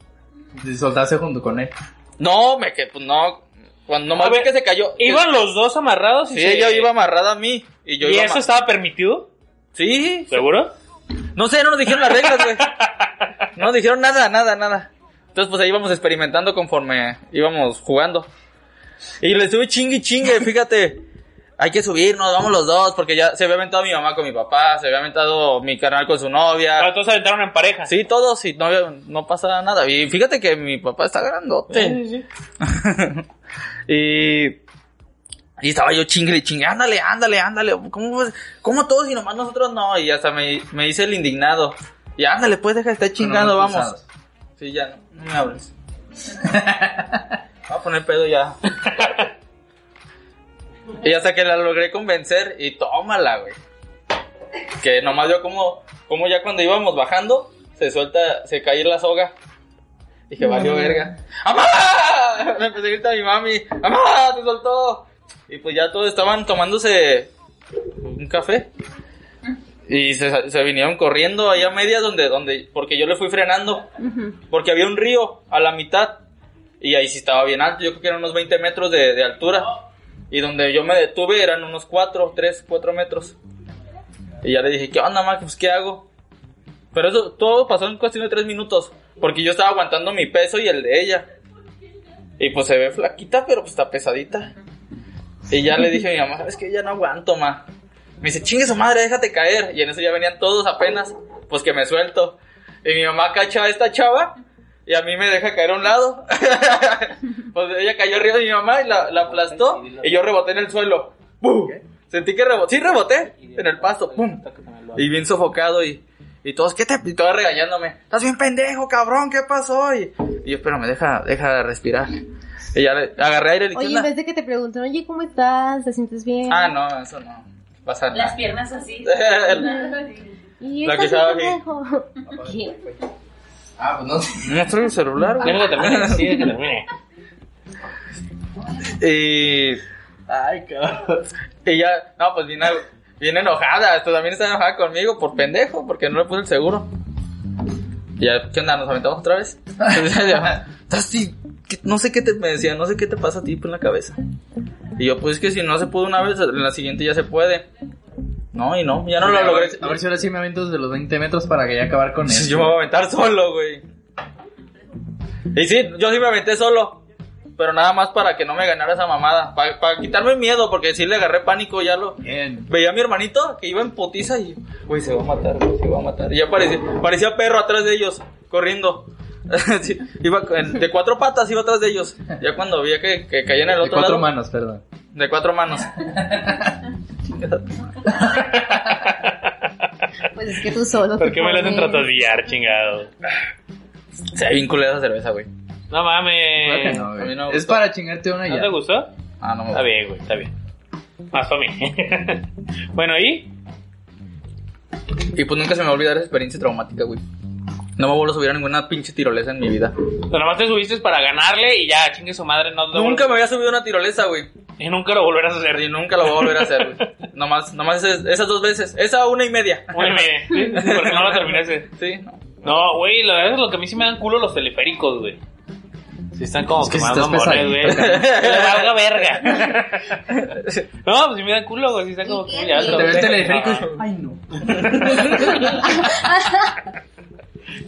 Y soltaste junto con él. No, me que pues no. Cuando A más vi ver, que se cayó. Iban los dos amarrados y Sí, se- ella iba amarrada a mí. Y yo ¿Y iba eso ama- estaba permitido? Sí, ¿Seguro? No sé, no nos dijeron las reglas, güey. No nos dijeron nada, nada, nada. Entonces, pues ahí íbamos experimentando conforme íbamos jugando. Y le estuve chingue y chingue, fíjate. Hay que subirnos, vamos los dos, porque ya se había aventado mi mamá con mi papá, se había aventado mi carnal con su Ah, novia. todos aventaron en pareja. Sí, todos, y no, había- no pasa nada. Y fíjate que mi papá está grandote. y, y estaba yo chingue y chingue, ándale, ándale, ándale. ¿Cómo, vas- cómo todos y nomás nosotros no? Y hasta me, me hice el indignado. Y ándale, pues deja de estar chingando, Con los vamos. cruzados. Sí, ya, no, no me hables. Voy a poner pedo ya. y hasta que la logré convencer y tómala, güey. Que nomás vio como, como ya cuando íbamos bajando, se suelta, se cae la soga. Dije, valió verga. ¡Amá! Me empecé a gritar a mi mami. ¡Amá! ¡Te soltó! Y pues ya todos estaban tomándose un café. Y se, se vinieron corriendo allá a medias donde, donde, porque yo le fui frenando. Porque había un río a la mitad. Y ahí sí estaba bien alto. Yo creo que eran unos 20 metros de, de altura. Y donde yo me detuve eran unos 4, 3, 4 metros. Y ya le dije, ¿qué onda, Max? Pues, ¿qué hago? Pero eso todo pasó en cuestión de 3 minutos. Porque yo estaba aguantando mi peso y el de ella. Y pues se ve flaquita, pero pues está pesadita. Y ya le dije a mi mamá, ¿sabes que Ya no aguanto, ma. Me dice, chingue su madre, déjate caer. Y en eso ya venían todos apenas, pues que me suelto. Y mi mamá cacha a esta chava y a mí me deja caer a un lado. pues ella cayó arriba de mi mamá y la, la aplastó y yo reboté en el suelo. ¡Pum! Sentí que reboté. Sí, reboté en el pasto. ¡Pum! Y bien sofocado y, y todos, ¿qué te? Y todos regañándome. Estás bien pendejo, cabrón, ¿qué pasó? Y, y yo, pero me deja, deja respirar. Y ya le, agarré aire y le dije, Oye, en "Anda". vez de que te pregunten, oye, ¿cómo estás? ¿Te sientes bien? Ah, no, eso no. Pasa nada. Las piernas así. ¿Y la que estás estaba bien aquí. pendejo? ¿Qué? Ah, pues no sé. No traigo el celular, güey. Déjame que termine, sí, déjame que termine. Y. Ay, cabrón. Y ya, no, pues viene, viene enojada. Esto también está enojada conmigo por pendejo, porque no le puse el seguro. Y ya, ¿qué onda? ¿Nos aventamos otra vez? Entonces, yo, "Dusty, ¿qué- no sé qué te, me decía, no sé qué te pasa a ti por la cabeza. Y yo, pues es que si no se pudo una vez, en la siguiente ya se puede. No, y no, ya no lo a, logré. ver, a ver si ahora sí me avento desde los 20 metros para que ya acabar con Sí, eso. Yo me voy a aventar solo, güey. Y sí, yo sí me aventé solo. Pero nada más para que no me ganara esa mamada. Para quitarme el miedo, porque sí le agarré pánico, ya lo. Bien. Veía a mi hermanito que iba en potiza y. Güey, se va a matar, güey, se va a matar. Y ya parecía, parecía perro atrás de ellos, corriendo. Sí, iba en- de cuatro patas iba atrás de ellos. Ya cuando veía que, que caía en el De otro cuatro lado. Eh, manos, perdón. De cuatro manos. Pues es que tú solo. ¿Por te qué me lo hacen pones. tratotear, chingado? Se ve bien culera esa cerveza, güey. No Claro mames. que no, a mí güey. no me es gustó. para chingarte una ¿No ya. te gustó? Ah, no me Está bien, güey, está bien. Más para mí. bueno, ¿y? Y pues nunca se me va a olvidar esa experiencia traumática, güey. No me vuelvo a subir a ninguna pinche tirolesa en mi vida. Pero nomás te subiste para ganarle y ya, chingue su madre, no lo Nunca me había subido a una tirolesa, güey. vol- Y nunca lo volverás a hacer. Y nunca lo voy a volver a hacer, güey. Nomás, nomás esas, esas dos veces. Esa una y media. Bueno, mire, sí, porque no lo terminaste. Sí, no. No, güey, la verdad es lo que a mí sí me dan culo los teleféricos, güey. Si están como Es que si quemando estás mole, güey. pesadito, Que le valga verga. No, pues si me dan culo, güey. Si están como. Sí, ya, sí. lo- Te ves teleférico Ah. y- Ay, no.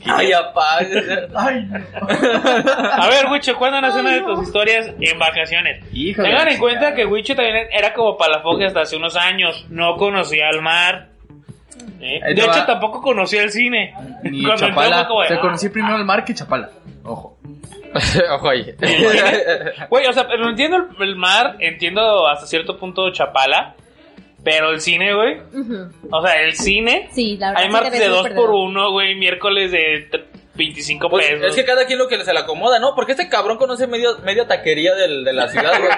Ay, apaga. Ay, no. A ver, Wicho, ¿cuándo nace una de tus historias en vacaciones? Hijo de Tengan la en cuenta chingada. que Wicho también era como palafox hasta hace unos años. No conocía al mar. ¿Eh? Ahí De te hecho, va. tampoco conocía el cine. Ni Cuando entró fue Chapala. como de, Te "Ah". conocí primero el mar que Chapala. Ojo. Ojo ahí. Güey, o sea, pero entiendo el, el mar, entiendo hasta cierto punto Chapala. Pero el cine, güey. Ujú. O sea, el cine. Sí, la verdad. Hay sí martes que de eres un 2 por perdedor. 1 güey. Miércoles de tre- 25 Pues, pesos. es que cada quien lo que se le acomoda, ¿no? Porque este cabrón conoce medio, media taquería del- de la ciudad, güey.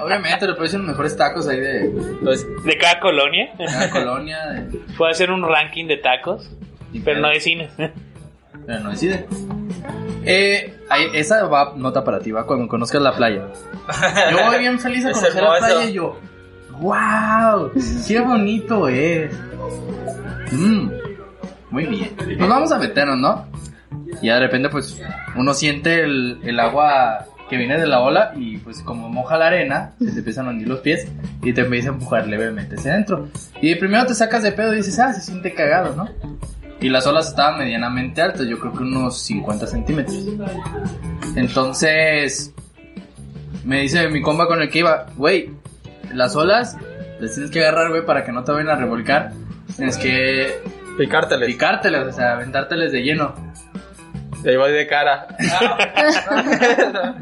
Obviamente, le parecen los mejores tacos ahí de, de Entonces, De cada colonia. la colonia. de- Puede hacer un ranking de tacos. Ni Pero no pedo. de cines. Pero no decide. Eh, ahí- esa va nota para ti, va cuando conozcas la playa. Yo voy bien feliz a Es conocer la hermoso. playa y yo, wow, qué bonito es. Mm, muy bien. Nos vamos a meternos, ¿no? Y de repente, pues, uno siente el, el agua que viene de la ola y pues como moja la arena, se te empiezan a hundir los pies y te empieza a empujar levemente hacia adentro. Y primero te sacas de pedo y dices, ah, se siente cagado, ¿no? Y las olas estaban medianamente altas, yo creo que unos 50 centímetros. Entonces, me dice mi compa con el que iba, güey, las olas las tienes que agarrar, güey, para que no te vayan a revolcar. Tienes que picárteles. picártelas, o sea, aventárteles de lleno. Y ahí va de cara.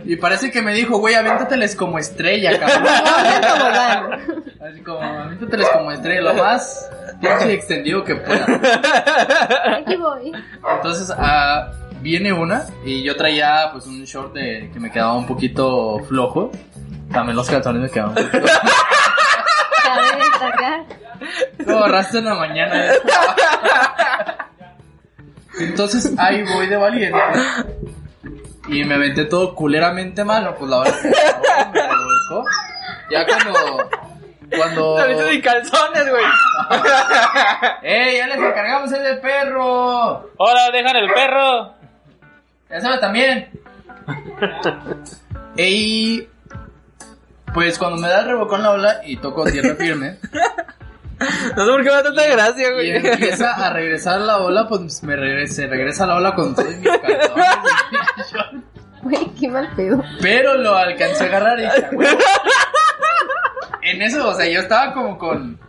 Y parece que me dijo, güey, aviéntateles como estrella, cabrón. Así como, aviéntateles como estrella, lo más pinche extendido que pueda. Aquí voy. Entonces, ah, viene una y yo traía pues un short de, que me quedaba un poquito flojo. También los calzones me quedaban. Cabe destacar. Lo borraste en la mañana. ¿eh? Entonces ahí voy de valiente. Y me aventé todo culeramente malo, pues la verdad. es que no, me revolcó. Ya cuando. Cuando. Saliste sin calzones, güey. ¡Ey! ¡Ya les encargamos ese perro! Hola, dejan el perro. Ya sabe también. Y pues cuando me da el rebocón la ola y toco tierra firme No sé por qué me da tanta gracia, y güey. empieza a regresar la ola, pues me regrese, regresa la ola con todo y mis calzones. Güey, qué mal pedo. Pero lo alcancé a agarrar y dije, "A huevo". En eso, o sea, yo estaba como con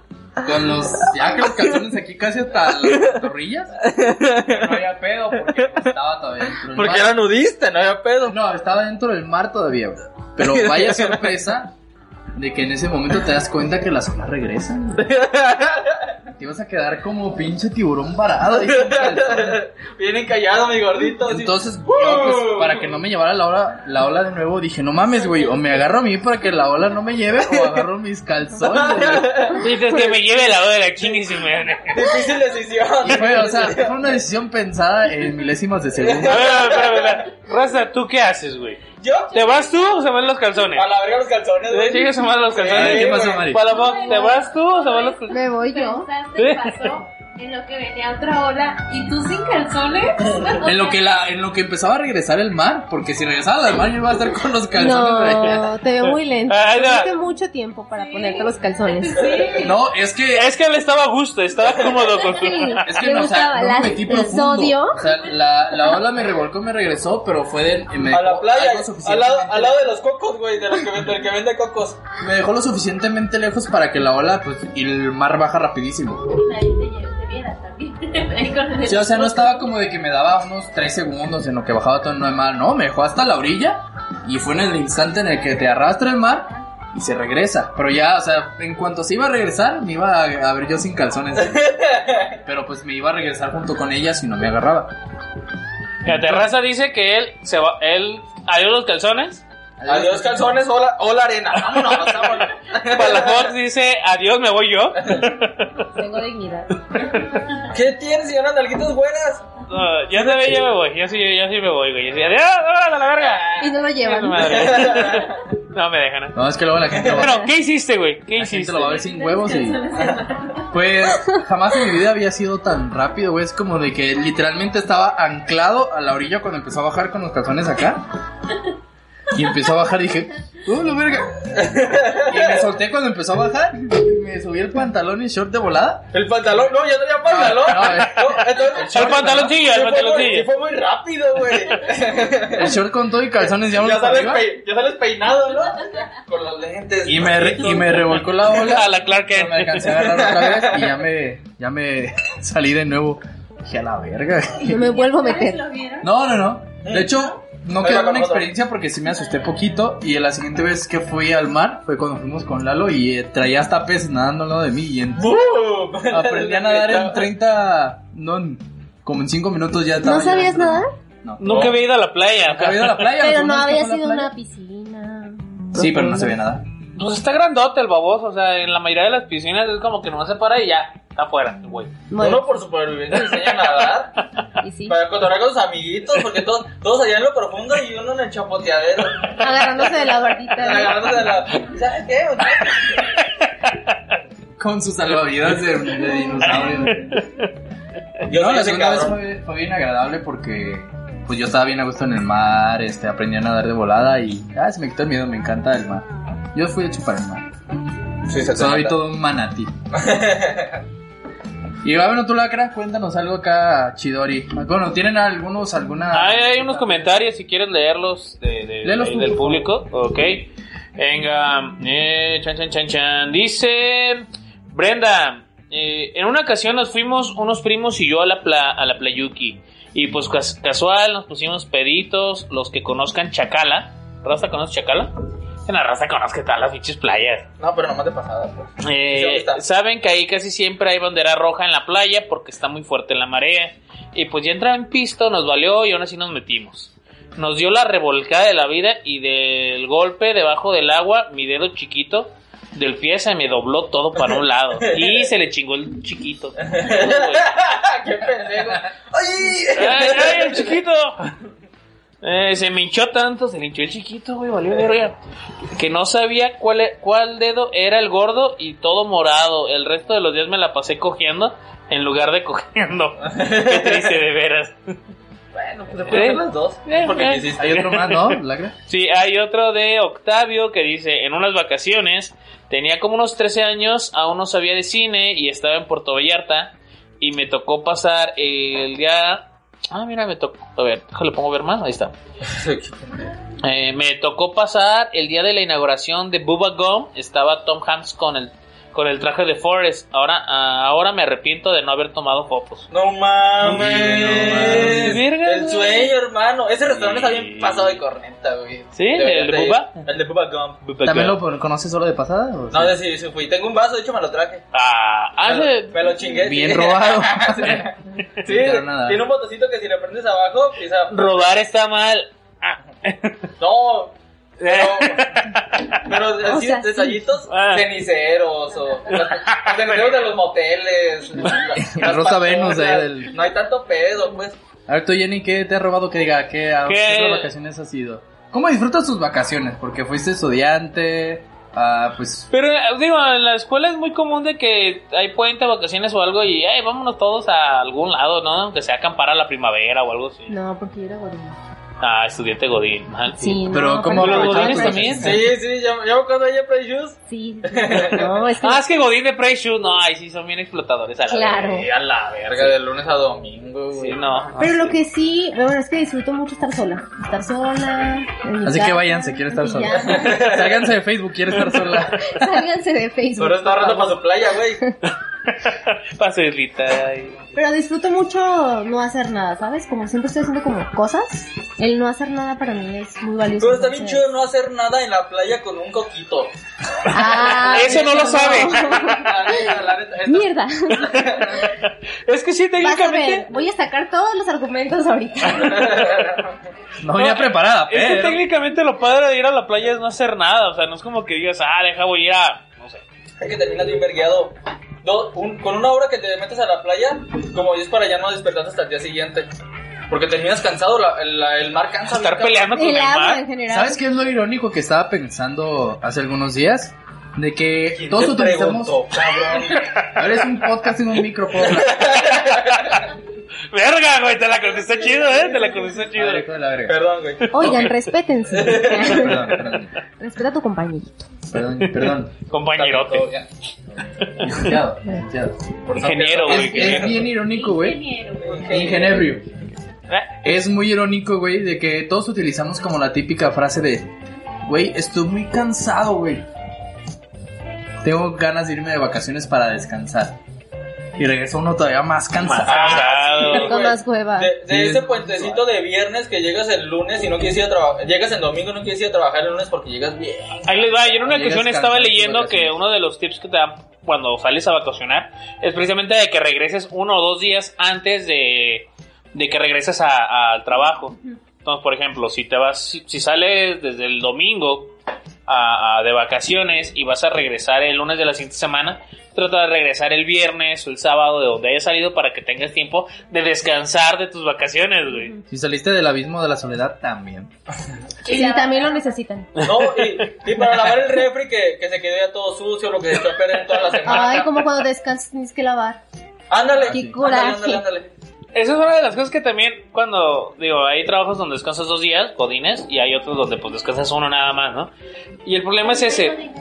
con los ya que los calzones aquí casi hasta las torrillas. No había pedo porque estaba todavía dentro del mar. Porque era nudista, no había pedo. No, estaba dentro del mar todavía, güey. Pero vaya sorpresa de que en ese momento te das cuenta que las olas regresan. güey. Te ibas a quedar como pinche tiburón varado. ahí sin calzones. Vienen callados, mi gordito. así. Entonces, yo, pues, para que no me llevara la ola, la ola de nuevo, dije, no mames, güey, o me agarro a mí para que la ola no me lleve, o agarro mis calzones. güey". Dices que me lleve la hora, chingue su madre. Difícil decisión. Y fue, o sea, fue una decisión pensada en milésimas de segundo. A ver, a ver, a ver, a ver. Raza, ¿tú qué haces, güey? Yo, ¿Te vas tú o se van los calzones? a la verga los calzones, güey. Chingue su madre los calzones. Sí, ¿Qué pasó, güey. Mari? Palafox, ¿te vas tú o se van los calzones? Me voy yo. Pensaste, pasó en lo que venía otra ola y tú sin calzones. En lo que la, en lo que empezaba a regresar el mar, porque si regresaba el mar yo iba a estar con los calzones. güey. No, te veo muy lento. Ah, ya. Tuviste mucho tiempo para ponerte los calzones. Sí. No, es que Es que él estaba a gusto, estaba cómodo con su... Sí. Es que Le no, o sea, gustaba no la- me metí el profundo. sodio. O sea, la, la ola me revolcó, me regresó, pero fue de, me A la dejó playa, algo al lado, suficientemente- al lado de los cocos, güey, de los que, del que vende cocos. Me dejó lo suficientemente lejos para que la ola, pues, y el mar baja rapidísimo. Nadie te, te viera también. Ahí con el- Sí, o sea, no estaba como de que me daba unos 3 segundos en lo que bajaba todo el mar, no, me dejó hasta la orilla y fue en el instante en el que te arrastra el mar y se regresa. Pero ya, o sea, en cuanto se iba a regresar, me iba a, a ver yo sin calzones. Pero pues me iba a regresar junto con ella si no me agarraba. La terraza dice que él se va, él adiós los calzones, Adiós, calzones, hola, hola arena. Vámonos, vámonos. Palafox dice, adiós, me voy yo. Tengo dignidad. ¿Qué tienes, señoras nalguitas buenas? No, ya se ve, ya me voy. Ya sí, ya sí me voy, güey. Ya sí, adiós, vámonos a la verga. Y no lo Chinga su llevan. madre. No me dejan. ¿no? No, es que luego la gente lo va, Pero, ¿qué hiciste, güey? ¿Qué la gente hiciste? lo va a ver sin huevos y... Pues jamás en mi vida había sido tan rápido, güey. Es como de que literalmente estaba anclado a la orilla cuando empezó a bajar con los calzones acá. Y empezó a bajar y dije, ¡Uh, la verga! Y me solté cuando empezó a bajar. y me subí el pantalón y short de volada. El pantalón, no, ya tenía pantalón. No, eh. No, entonces, El pantaloncillo, el Sí, fue muy- pantaloncillo. sí, Fue muy rápido, güey. El short con todo y calzones ya, Ya unos sales, arriba. pe- ya sales peinado, ¿no? Con los lentes. Y me, re- y me revolcó la A ola. la Clark pero Kent. me alcancé a agarrar otra vez y ya me, ya me salí de nuevo. Dije, a la verga. No me vuelvo a meter. ¿Lo vieron? No, no, no. De hecho, no Ahí va quedó con una otro. experiencia porque sí me asusté poquito. Y la siguiente vez que fui al mar fue cuando fuimos con Lalo y eh, traía hasta peces nadando al lado de mí. Y en- ¡Bum! aprendí a nadar en 30, no, en- como en 5 minutos ya estaba. ¿No sabías nadando. No. nada? Nunca había ido a la playa. Nunca había ido a la playa. Pero no Nosotros había fuimos a la sido Mm. playa. una piscina. Sí, pero no sabía nada. Pues está grandote el baboso. O sea, en la mayoría de las piscinas es como que nomás se para y ya. Está afuera, güey. Bueno, Uno por supervivencia enseña a nadar. y sí. Para cotorrear con sus amiguitos, porque todos, todos allá en lo profundo y uno en el chapoteadero. Agarrándose de la bardita. Agarrándose de la. ¿Sabes qué? Con sus salvavidas de, de dinosaurio. Yo no, la soy ese segunda vez cabrón. fue, fue bien agradable porque pues yo estaba bien a gusto en el mar, este, aprendí a nadar de volada y ah, se me quitó el miedo, me encanta el mar. Yo fui hecho para el mar. Sí, se Solo vi trata. todo un manatí. y ah, bueno, tú lacra, cuéntanos algo acá, Chidori. Bueno, ¿tienen algunos alguna Hay, hay unos comentarios si quieres leerlos de, de- Léelos de- tú, del por público. Ok. Venga. eh, chan, chan, chan, chan. Dice Brenda. eh, en una ocasión nos fuimos unos primos y yo a la, pla- a la playuki. Y pues cas- casual nos pusimos peditos. Los que conozcan Chacala. ¿Raza conoce Chacala? En la raza conozca todas las pinches playas. No, pero nomás de pasada, pues. Eh, Sí, ahorita. saben que ahí casi siempre hay bandera roja en la playa porque está muy fuerte la marea. Y pues ya entraba en pisto, nos valió y aún así nos metimos. Nos dio la revolcada de la vida y del golpe debajo del agua, mi dedo chiquito del pie se me dobló todo para un lado. Y se le chingó el chiquito. Uy, güey. Ah, ¡Qué pendejo! ¡Ay, ay, Eh, el ¡Ay! chiquito! Eh, se me hinchó tanto, se le hinchó el chiquito, güey, valió verga. Que no sabía cuál, e- cuál dedo era el gordo y todo morado. El resto de los días me la pasé cogiendo en lugar de cogiendo. Qué triste, de veras. Bueno, pues se pueden hacer las dos. Eh, Porque eh. quisiste. hay otro más, no? Lacra. Sí, hay otro de Octavio que dice, en unas vacaciones, tenía como unos 13 años, aún no sabía de cine y estaba en Puerto Vallarta y me tocó pasar el día... Ah, mira, me tocó... A ver, déjale, pongo ver más, ahí está. Eh, me tocó pasar el día de la inauguración de Bubba Gum, estaba Tom Hanks con el, con el traje de Forrest. Ahora, ah, ahora me arrepiento de no haber tomado fotos. No mames. No mames. Verga, el güey. sueño, hermano. Ese restaurante Sí. está bien pasado de corneta, güey. ¿Sí? ¿El Deberías de ir. Bubba? El de Bubba Gump. ¿También lo conoces solo de pasada? o No sí? sé si, si fui. Tengo un vaso, de hecho me lo traje. Ah, ah, me, ese- lo, me lo chingué. Bien sí. robado. sí. Sí, Pero nada. tiene un botoncito que si le prendes abajo, empieza. robar está mal. No. Eh. Pero, pero así, sea, sí. detallitos Ah. ceniceros o los, los ceniceros de los moteles. las- La las Rosa Venus, patonas. eh, del- No hay tanto pedo, pues. A ver, tú, Jenny, ¿qué te ha robado que diga? ¿Qué, a ¿Qué? qué vacaciones has ido? ¿Cómo disfrutas tus vacaciones? Porque fuiste estudiante, ah, pues... Pero eh, digo, en la escuela es muy común de que hay puente, vacaciones o algo y "Ey, vámonos todos a algún lado, ¿no? Aunque sea acampar a la primavera o algo así. No, porque yo era gordita. Ah, estudiante Godín. mal. Sí, Pero no, ¿cómo cuando- Los aprovechabas godines tus también. vacaciones? Sí, sí, ya, ya cuando ella play shoes. Sí, sí, sí. No, es que Ah, es que Godín de Prey Shoes, no, ay, sí, son bien explotadores. A la Claro. verga. Sí, a la verga, de lunes a domingo, Sí, güey. no. Ah, Pero lo que sí, bueno, es que disfruto mucho estar sola. Estar sola. en mi Así que casa, váyanse, quiero estar y sola. ya. Sálganse de Facebook, quiero estar sola. Sálganse de Facebook. Solo está ahorrando para su playa, güey. Paselita. ay. Pero disfruto mucho no hacer nada, ¿sabes? Como siempre estoy haciendo como cosas, el no hacer nada para mí es muy valioso. Pero está bien entonces- chido no hacer nada en la playa con un coquito. Ah, Ese no lo sabe. La neta, la neta, esta- Mierda. Es que sí, Vas a técnicamente. ver, voy a sacar todos los argumentos ahorita. No venía preparada, Es que pero- técnicamente lo padre de ir a la playa es no hacer nada. O sea, no es como que digas, ah, deja, voy a ir a. No sé. Es que terminas bien vergueado. Do- un- con una hora que te metes a la playa, como dices para ya no despertarte hasta el día siguiente. Porque terminas cansado, la- la- el mar cansa. Estar bien, peleando cabrón. con el El agua en mar. general. ¿Sabes qué es lo irónico que estaba pensando hace algunos días? De que ¿Quién todos te utilizamos. preguntó, cabrón? Ahora es un podcast en un micropodcast. Verga, güey, te la contesté chido, eh. Te la contesté chido. Madre, hijo de la verga. Perdón, güey. Oigan, respétense. Perdón, perdón, Respeta a tu compañerito. perdón, perdón. Compañerote. Licenciado, licenciado. Ingeniero, güey. Es, es ingeniero. bien irónico, güey. Ingeniero. Ingenebrio. Eh, Es muy irónico, güey, de que todos utilizamos como la típica frase de, güey, estoy muy cansado, güey. Tengo ganas de irme de vacaciones para descansar. Y regresa uno todavía más cansado. Pasado. Con más hueva. De, de Sí. ese puentecito de viernes que llegas el lunes y no quieres ir a trabajar. Llegas el domingo y no quieres ir a trabajar el lunes porque llegas bien. Ahí les va, yo en una Llegas ocasión cansado estaba de tus leyendo que vacaciones. uno de los tips que te dan cuando sales a vacacionar es precisamente de que regreses uno o dos días antes de, de que regreses a- al trabajo. Entonces, por ejemplo, si te vas, si, si sales desde el domingo a- a- de vacaciones y vas a regresar el lunes de la siguiente semana, trata de regresar el viernes o el sábado de donde hayas salido para que tengas tiempo de descansar de tus vacaciones, güey. Si saliste del abismo de la soledad, también. Y también lo necesitan. No, y, y para lavar el refri que, que se quedó ya todo sucio, lo que se echó a perder toda la semana. Ay, como cuando descansas tienes que lavar. Ándale, Ah, Qué ándale, coraje. ándale, ándale. Esa es una de las cosas que también cuando digo, hay trabajos donde descansas dos días, godines, y hay otros donde pues descansas uno nada más, ¿no? Y el problema es ese.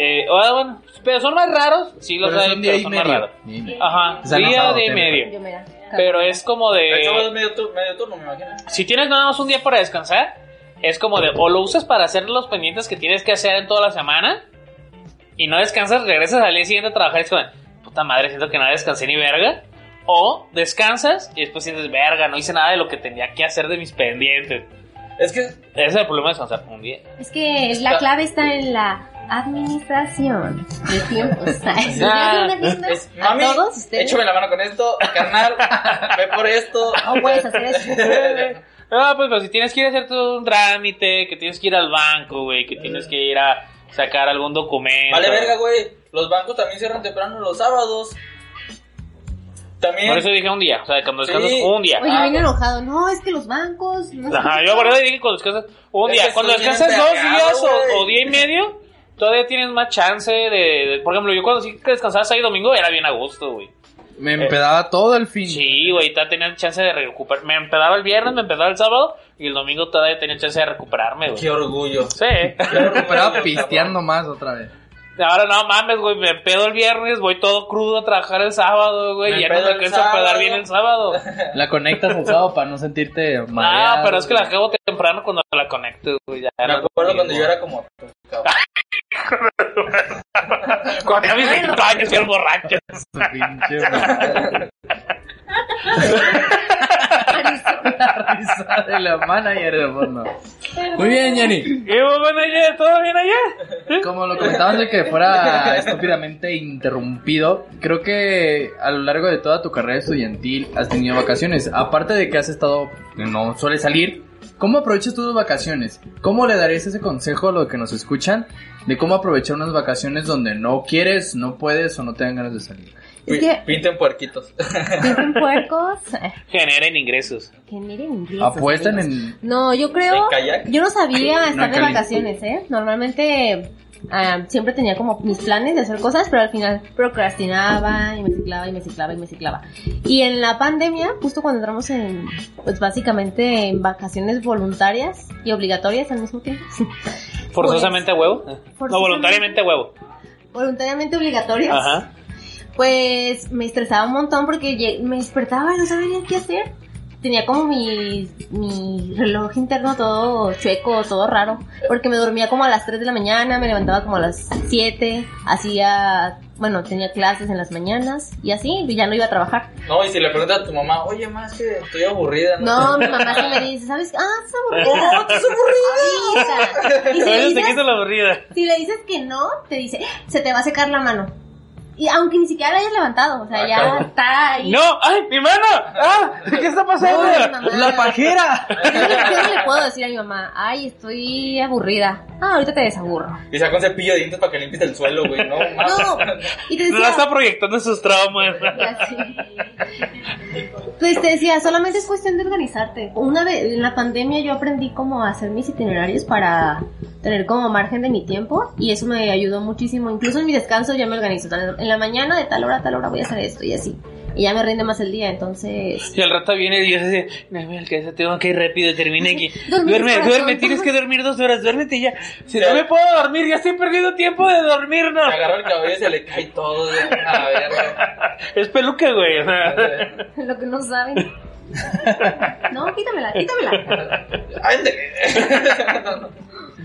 Eh, ah, bueno, pero son más raros, sí los Pero hay, son día pero y son más medio. raros. Día y medio. Ajá, Está día enojado, de y tiene medio. Yo mira. Pero es como El sábado de es medio, tur- medio turno, me imagino. si tienes nada más un día para descansar, es como de o lo usas para hacer los pendientes que tienes que hacer en toda la semana y no descansas, regresas al día siguiente a trabajar y es como, puta madre, siento que no descansé ni verga. O descansas y después sientes, verga, no hice nada de lo que tenía que hacer de mis pendientes. Es que Ese es el problema de descansar un día. Es que la clave está en la administración de tiempos. Ah, ¿sabes? ¿Ya se andan es, viendo a mami, todos ustedes? échame la mano con esto, carnal, ve por esto. No puedes hacer eso. Ah, pues, pero si tienes que ir a hacer todo un trámite, que tienes que ir al banco, güey, que tienes que ir a sacar algún documento. Vale, verga, güey. Los bancos también cierran temprano los sábados. También. Por eso dije un día, o sea, cuando descansas Sí. un día. Oye, viene enojado. No, es que los bancos. No sé Ajá, qué yo son. acordé y dije cuando descansas un Es día. que Cuando estoy bien descansas dos pegado, días o, güey. o día y medio, todavía tienes más chance de, de- Por ejemplo, yo cuando sí que descansaba sábado y domingo era bien a gusto, güey. Me empedaba todo el fin. Sí, güey, todavía tenía chance de recuperar. Me empezaba el viernes, me empezaba el sábado y el domingo todavía tenía chance de recuperarme, güey. Qué orgullo. Sí. Yo recuperaba pisteando más otra vez. Ahora no mames, güey, me pedo el viernes, voy todo crudo a trabajar el sábado, güey, Me ya no pedo me el alcanzo a pedar sábado. bien el sábado. La conectas al sábado para no sentirte mal. no, pero es que la acabo temprano cuando la conecto, güey, ya. Me no es lo acuerdo cuando mismo. yo era como. tú, cabrón. Cuando tenía mis 20 años, que era borracho. Pinche madre. La risa de la manager de fondo. Muy bien, Jenny. ¿Qué hubo, bueno, ayer? ¿Todo bien allá? Como lo comentabas de que fuera estúpidamente interrumpido, creo que a lo largo de toda tu carrera estudiantil has tenido vacaciones. Aparte de que has estado, no suele salir, ¿cómo aprovechas tus vacaciones? ¿Cómo le darías ese consejo a los que nos escuchan de cómo aprovechar unas vacaciones donde no quieres, no puedes o no te dan ganas de salir? Es Pi- que- Pinten puerquitos. Dicen puercos. Generen ingresos. Que miren pues, ingresos, Apuestan amigos. en... No, yo creo. ¿En kayak? Yo no sabía No, estar de Cali. vacaciones, ¿eh? Normalmente ah, siempre tenía como mis planes de hacer cosas, pero al final procrastinaba y me ciclaba y me ciclaba y me ciclaba. Y en la pandemia, justo cuando entramos en, pues básicamente en vacaciones voluntarias y obligatorias al mismo tiempo. ¿Forzosamente a huevo? No, forzosamente. voluntariamente a huevo. Voluntariamente obligatorias. Ajá. Pues me estresaba un montón porque lle- me despertaba y no sabía qué hacer. Tenía como mi, mi reloj interno todo chueco, todo raro. Porque me dormía como a las 3 de la mañana, me levantaba como a las 7, hacía bueno, tenía clases en las mañanas y así, y ya no iba a trabajar. No, y si le preguntas a tu mamá, oye, ma, es que estoy aburrida. No, mi mamá se me dice, ¿sabes? qué? Ah, estás aburrida. ¡Oh, estás aburrida! Sí, hija. Y si le Ahora te dices- quita la aburrida. Si le dices que no, te dice, se te va a secar la mano. Y aunque ni siquiera la hayas levantado, o sea, Ah, ya cabrón. está ahí. ¡No! ¡Ay, mi mano! ¡Ah! ¿Qué está pasando? Ay, mamá. ¡La pajera! Yo no, yo no le puedo decir a mi mamá, ay, estoy aburrida. Ah, ahorita te desaburro. Y saca un cepillo de dientes para que limpies el suelo, güey. No, ma. No, y te No decía, está proyectando sus traumas. Ya sé. Pues te decía, solamente es cuestión de organizarte. Una vez en la pandemia yo aprendí cómo hacer mis itinerarios para tener como margen de mi tiempo y eso me ayudó muchísimo. Incluso en mi descanso ya me organizo. tal- En la mañana de tal hora a tal hora voy a hacer esto y así. Y ya me rinde más el día, entonces... Y al rato viene Dios y dice, no me alcanza, tengo que ir rápido, termina aquí. Dormir, duerme, corazón, duerme, duerme. tienes que dormir dos horas, duérmete ya. Si no Ya. me puedo dormir, ya estoy perdiendo tiempo de dormir, no. Se agarra el cabello y se le cae todo. güey. A ver, Es peluca, güey. o sea. Lo que no saben. No, quítamela, quítamela. Ándale. No, no, no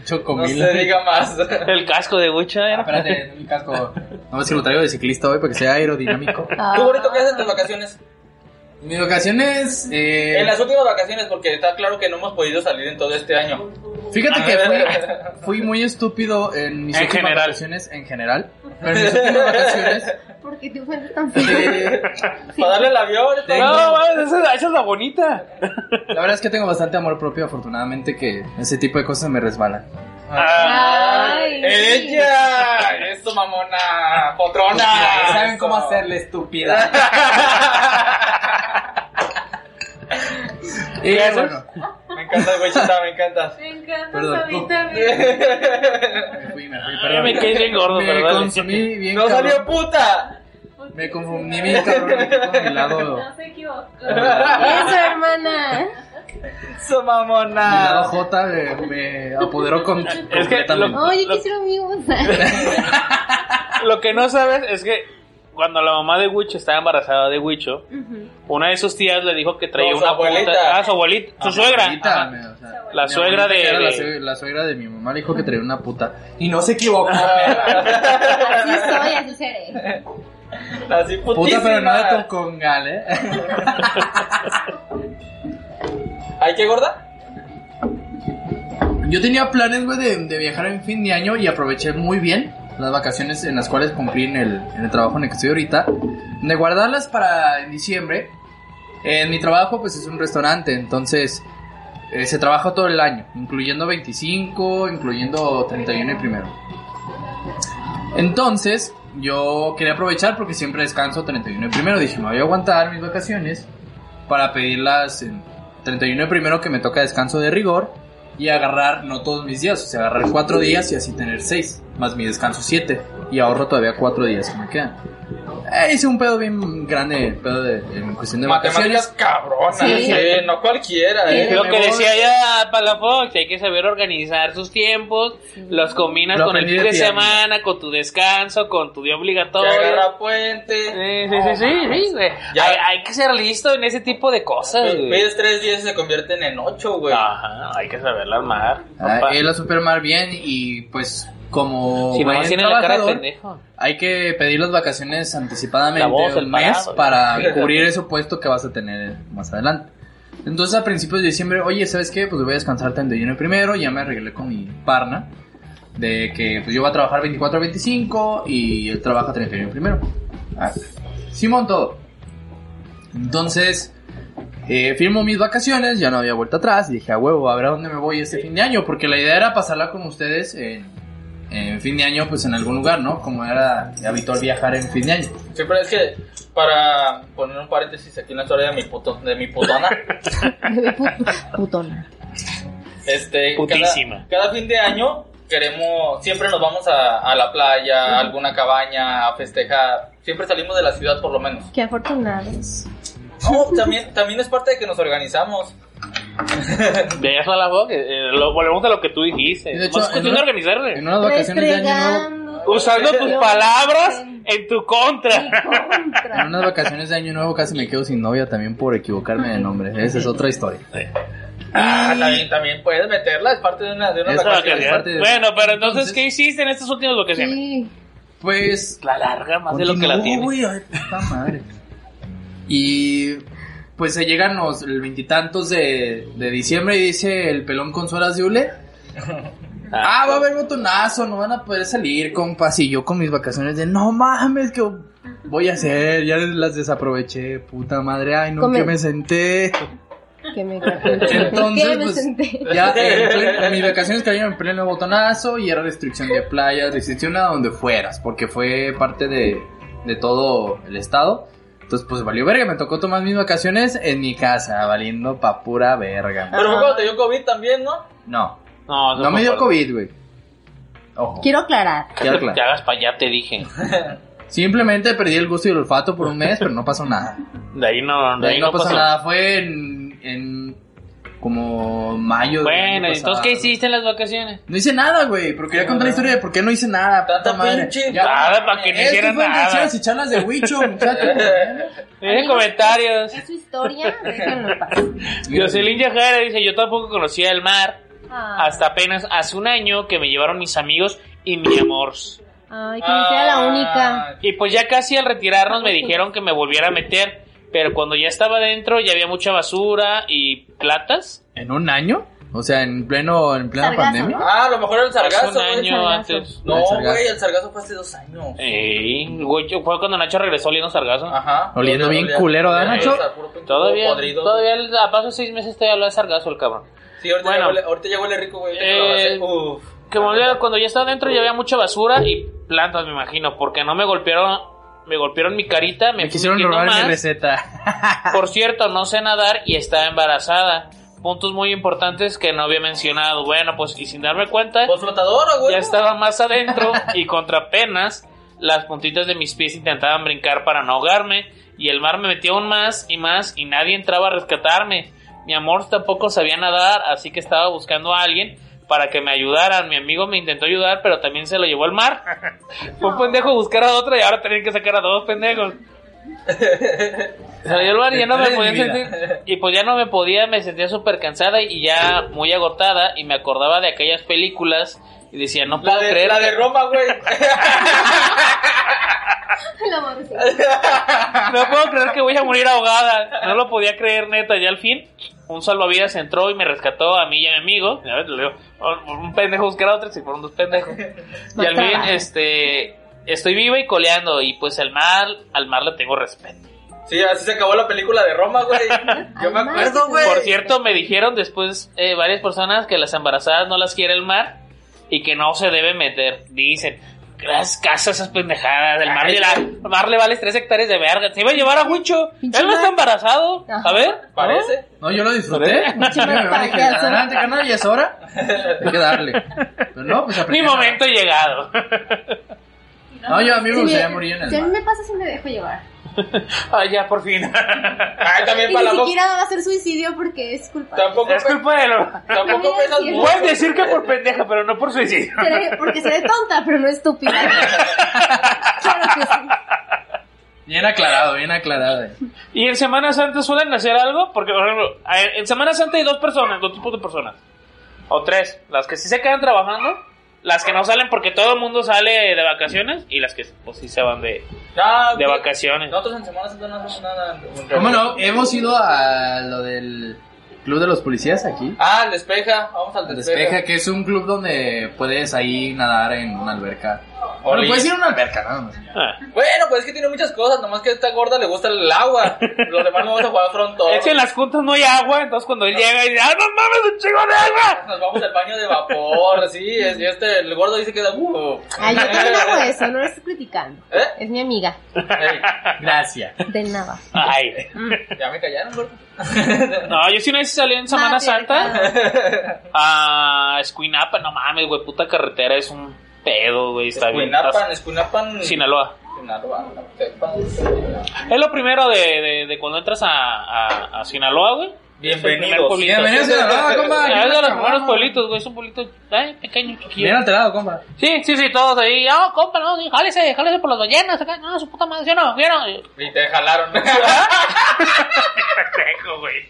Chocomil. se diga más. El casco de Wicha Ah, era. Espérate, no mi casco. No es que lo traigo de ciclista hoy porque sea aerodinámico. Ah, ¿Tú, bonito, qué haces en tus vacaciones? Mis vacaciones. Eh, En las últimas vacaciones, porque está claro que no hemos podido salir en todo este año. Fíjate que fui, fui muy estúpido en mis En últimas general. vacaciones en general. Pero en mis últimas vacaciones. ¿Por qué te ofendes tan feo? eh, Para darle el avión. y todo. No, mames, esa, esa es la bonita. la verdad es que tengo bastante amor propio, afortunadamente, que ese tipo de cosas me resbalan. Ay. ¡Ella! ¡Eso, mamona! ¡Potrona! ¿Saben cómo Ah, Eso. hacerle estúpida? y ¿Qué haces? Eh, bueno, Me encanta, güeychita, me encantas. Me encanta Perdón. Sabita, mira. me fui, me fui, Ya perdón. me quedé bien gordo, Me pero dale. consumí bien ¡No cabrón. salió puta! Me confundí bien cabrón aquí con mi lado, No se equivocó. Eso, hermana. ¡Eso, mi lado mamona! J me, me apoderó con que completamente. lo- Oye, quisiera amigos. Lo que no sabes es que cuando la mamá de Wicho estaba embarazada de Wicho, una de sus tías le dijo que traía No, su una abuelita. punta- Ah, su abuelita, su Ah, suegra. abuelita, Ajá. me- o sea, La mi suegra abuelita de- que era La, de- sue- la suegra de mi mamá le dijo que traía una puta. Y no se equivocó. Ah, Así soy, así seré. Así puta, putísima. pero no de Tocongal, ¿eh? ¿Ay, qué gorda? Yo tenía planes, güey, de, de viajar en fin de año y aproveché muy bien las vacaciones en las cuales cumplí en el, en el trabajo en el que estoy ahorita, de guardarlas para en diciembre. En mi trabajo, pues es un restaurante, entonces eh, se trabaja todo el año, incluyendo 25, incluyendo 31 y primero. Entonces, yo quería aprovechar porque siempre descanso 31 y primero. Dije, me voy a aguantar mis vacaciones para pedirlas en 31 y primero que me toca descanso de rigor y agarrar no todos mis días, o sea, agarrar cuatro días y así tener seis, más mi descanso siete, y ahorro todavía cuatro días que me quedan. Eh, hice un pedo bien grande, pedo de, en cuestión de vacaciones. Matemáticas cabronas, Sí. sí. no cualquiera, eh. Lo Me que voy. decía "Ah, ya Palafox, hay que saber organizar sus tiempos, los combinas Lo con el aprendí fin de de ti, semana, con tu descanso, con tu día Que obligatorio. agarra puente. Sí, sí, sí, sí, sí, güey. Ya. Hay, hay que ser listo en ese tipo de cosas, güey. Pides tres días y se convierten en ocho, güey. Ajá, hay que saberla armar. Ah, papá. él la supermar bien y pues como si no, buen tiene la cara de trabajador, pendejo. hay que pedir las vacaciones anticipadamente La voz, el un mes parado. para cubrir ese puesto que vas a tener más adelante. Entonces a principios de diciembre, oye, ¿sabes qué? Pues voy a descansar 31 primero, ya me arreglé con mi parna de que pues, yo voy a trabajar 24 a 25 y él trabaja 31 primero. Ah, Simón todo. Entonces, eh, firmo mis vacaciones, ya no había vuelta atrás, y dije, a huevo, a ver a dónde me voy este fin de año, porque la idea era pasarla con ustedes en, en fin de año, pues en algún lugar, ¿no? Como era habitual viajar en fin de año. Sí, pero es que, para poner un paréntesis aquí en la historia de mi puto, de mi putona, Putona. este, Putísima. cada, cada fin de año queremos, siempre nos vamos a, a la playa, a alguna cabaña, a festejar. Siempre salimos de la ciudad por lo menos. Qué afortunados. No, también, también es parte de que nos organizamos. De eso a la boca, eh, lo, volvemos a lo que tú dijiste. Y No de Es hecho, cuestión en de una- organizarse. En unas vacaciones de año nuevo, Usando tus Yo- palabras en tu contra. en unas vacaciones de año nuevo casi me quedo sin novia también por equivocarme de nombre. Esa es otra historia. Ah, también, también puedes meterla, es parte de una, de una Es No, parte- que es sí. parte de- Bueno, pero entonces, Entonces- ¿qué hiciste en estas últimas vacaciones? Sí. Pues La larga, más de lo que la Continuó, tiene. güey, ay, puta madre. Y pues se llegan los el veintitantos de, de diciembre y dice el pelón con suelas de hule. Ah, va a haber botonazo, no van a poder salir, compas. Y yo con mis vacaciones de no mames, que voy a hacer, ya las desaproveché, puta madre, ay no, Come- que me senté. Que me Entonces, Entonces, que me pues- senté. Ya, en pleno- mis vacaciones cayeron en pleno botonazo y era restricción de playas, restricción a donde fueras, porque fue parte de, de todo el estado. Entonces, pues valió verga, me tocó tomar mis vacaciones en mi casa, valiendo pa' pura verga. güey. Pero fue cuando te dio COVID también, ¿no? No, No, no me dio COVID, güey. Ojo, Quiero aclarar. ya Te claro. hagas para allá, te dije. Simplemente perdí el gusto y el olfato por un mes, pero no pasó nada. De ahí no, De ahí no pasó nada, fue en, en como mayo. del Bueno, año entonces, pasado. ¿qué hiciste en las vacaciones? No hice nada, güey, pero quería contar la historia de por qué no hice nada. Ah, Tanta puta madre. pinche Ya, Este Nada, para que no Ah, Es que hicieras fueron nada. canciones y charlas de Huicho, muchachos. Dejen comentarios. Es su historia, déjenlo en paz. Jocelyn Yajara dice, yo tampoco conocía el mar Ah. hasta apenas hace un año que me llevaron mis amigos y mi amor. Ay, que me sea Ah, la única. Y pues ya casi al retirarnos me dijeron que me volviera a meter, pero cuando ya estaba dentro ya había mucha basura y platas. ¿En un año? O sea, en pleno, en plena Sargazo, pandemia. ¿no? Ah, a lo mejor era el Hace sargazo, un güey. año Eh. sargazo. antes. No, El sargazo. güey, el sargazo fue hace dos años. Ey, güey, fue cuando Nacho regresó oliendo sargazo. Ajá. Oliendo bien culero, ¿verdad, Olía Nacho? hasta puro pinche Todavía, Ah, podrido. todavía el- a paso de seis meses estoy hablando de sargazo el cabrón. Sí, ahorita, Bueno. ya huele, ahorita ya huele rico, güey. Eh, Uf. Que me olvidé, cuando ya estaba dentro ya había mucha basura y plantas, me imagino, porque no me golpearon, me golpearon mi carita, me, Me fui quisieron metiendo robar mi más. receta. Por cierto, no sé nadar y está embarazada. Puntos muy importantes que no había mencionado. Bueno, pues y sin darme cuenta, Pues flotadora, güey. ya estaba más adentro y contra penas las puntitas de mis pies intentaban brincar para no ahogarme y el mar me metía aún más y más y nadie entraba a rescatarme. Mi amor tampoco sabía nadar, así que estaba buscando a alguien para que me ayudaran. Mi amigo me intentó ayudar, pero también se lo llevó al mar. Fue un pendejo buscar a otro y ahora tenían que sacar a dos pendejos. Se lo llevó al mar y ya no me Tres podía vidas. sentir- y pues ya no me podía, me sentía súper cansada y ya muy agotada y me acordaba de aquellas películas y decía, no puedo La de, creer. la que- de Roma, güey. La amor, sí. No puedo creer que voy a morir ahogada. No lo podía creer, neta. Ya al fin, un salvavidas entró y me rescató a mí y a mi amigo. Ya ves, le digo, por un pendejo buscar a otro y por dos pendejos. Y al fin, este, estoy viva y coleando. Y pues al mar, al mar le tengo respeto. Sí, así se acabó la película de Roma, güey. Yo me Además, acuerdo, güey. Por cierto, me dijeron después eh, varias personas que las embarazadas no las quiere el mar y que no se debe meter. Dicen. Las casas esas pendejadas, el mar, le la- el mar le vale tres hectáreas de verga. Se iba a llevar a Huicho. Pinche Él no está mar. embarazado. Ajá. A ver. Parece. No, yo lo disfruté. Me Mucho más vale que- payaso. Adelante, carnal, ya es hora. Hay que darle. Pero no, pues Mi aprendí a nadar. momento llegado. No, yo a mí me Si gustaría me- morir en Si a el mí mar. me pasa, si me dejo llevar. Ay, ya, por fin. Ay, también Y para ni la boca. siquiera va a ser suicidio porque es culpa. Tampoco, es pe- culpa de lo... tampoco pesas También es mucho. Puedes decir que por pendeja, pero no por suicidio. Seré- porque seré tonta, pero no estúpida. claro que sí. Bien aclarado, bien aclarado. eh. ¿Y en Semana Santa suelen hacer algo? Porque, por ejemplo, a- en Semana Santa hay dos personas, dos tipos de personas. O tres. Las que sí se quedan trabajando, las que no salen porque todo el mundo sale de vacaciones y las que pues, sí se van de, Ah, de güey. vacaciones. Nosotros en Semana Santa no hacemos nada. ¿Cómo no? Hemos ido a lo del Club de los Policías aquí. Ah, el despeja. Vamos al El despeja. Despeja, que es un club donde puedes ahí nadar en una alberca. Oli. Bueno, puedes ir a una alberca, nada más. Ah. Bueno, pues es que tiene muchas cosas. Nomás que a esta gorda le gusta el agua. Los demás no vamos a jugar frontón. Es que en las juntas no hay agua, entonces cuando él llega y dice, ¡ah, no mames, un chingo de agua! Nos vamos al baño de vapor. Sí, es- y este, el gordo dice que da. Uh, Ay, yo también hago eso, no lo estoy criticando. ¿Eh? Es mi amiga, Ey, Gracias. del Nava. Ay. ya me callaron, gordo. No, yo sí una vez salí en Semana Santa. a Escuinapa, no mames, güey, puta carretera es un pedo, güey, está bien. Escuinapan, Escuinapan. Estás- Sinaloa. Sinaloa, Tepa. Es lo primero de, de, de cuando entras a, a, a Sinaloa, güey. Bienvenidos. Es el primer pueblito. Ah, Bienvenidos a Sinaloa, compa. Es de los primeros Cabrón. pueblitos, güey, es un pueblito ay, pequeño, chiquillo. Bien alterado, compa. Sí, sí, sí, todos ahí, ah, compa, no, sí, jálese, jálese por las ballenas, acá, no, su puta madre, yo no, yo no. Y te jalaron. Pendejo, güey.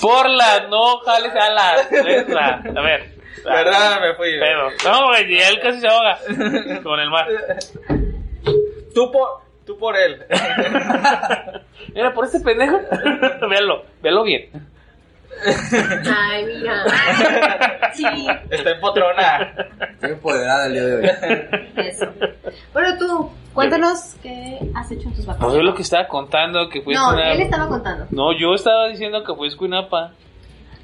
Por la, no, jálese a la, a ver. ¿Verdad? Me fui. Pero, no, güey, y él casi se ahoga con el mar. Tú por, tú por él. Mira, por este pendejo. velo, velo bien. Ay, mira. Sí, Está en potrona. Estoy empoderada el día de hoy. Eso. Bueno, tú, cuéntanos qué has hecho en tus Pues yo vacaciones. lo que estaba contando que fui a No, Escuinapa. él estaba contando. No, yo estaba diciendo que fui a Escuinapa.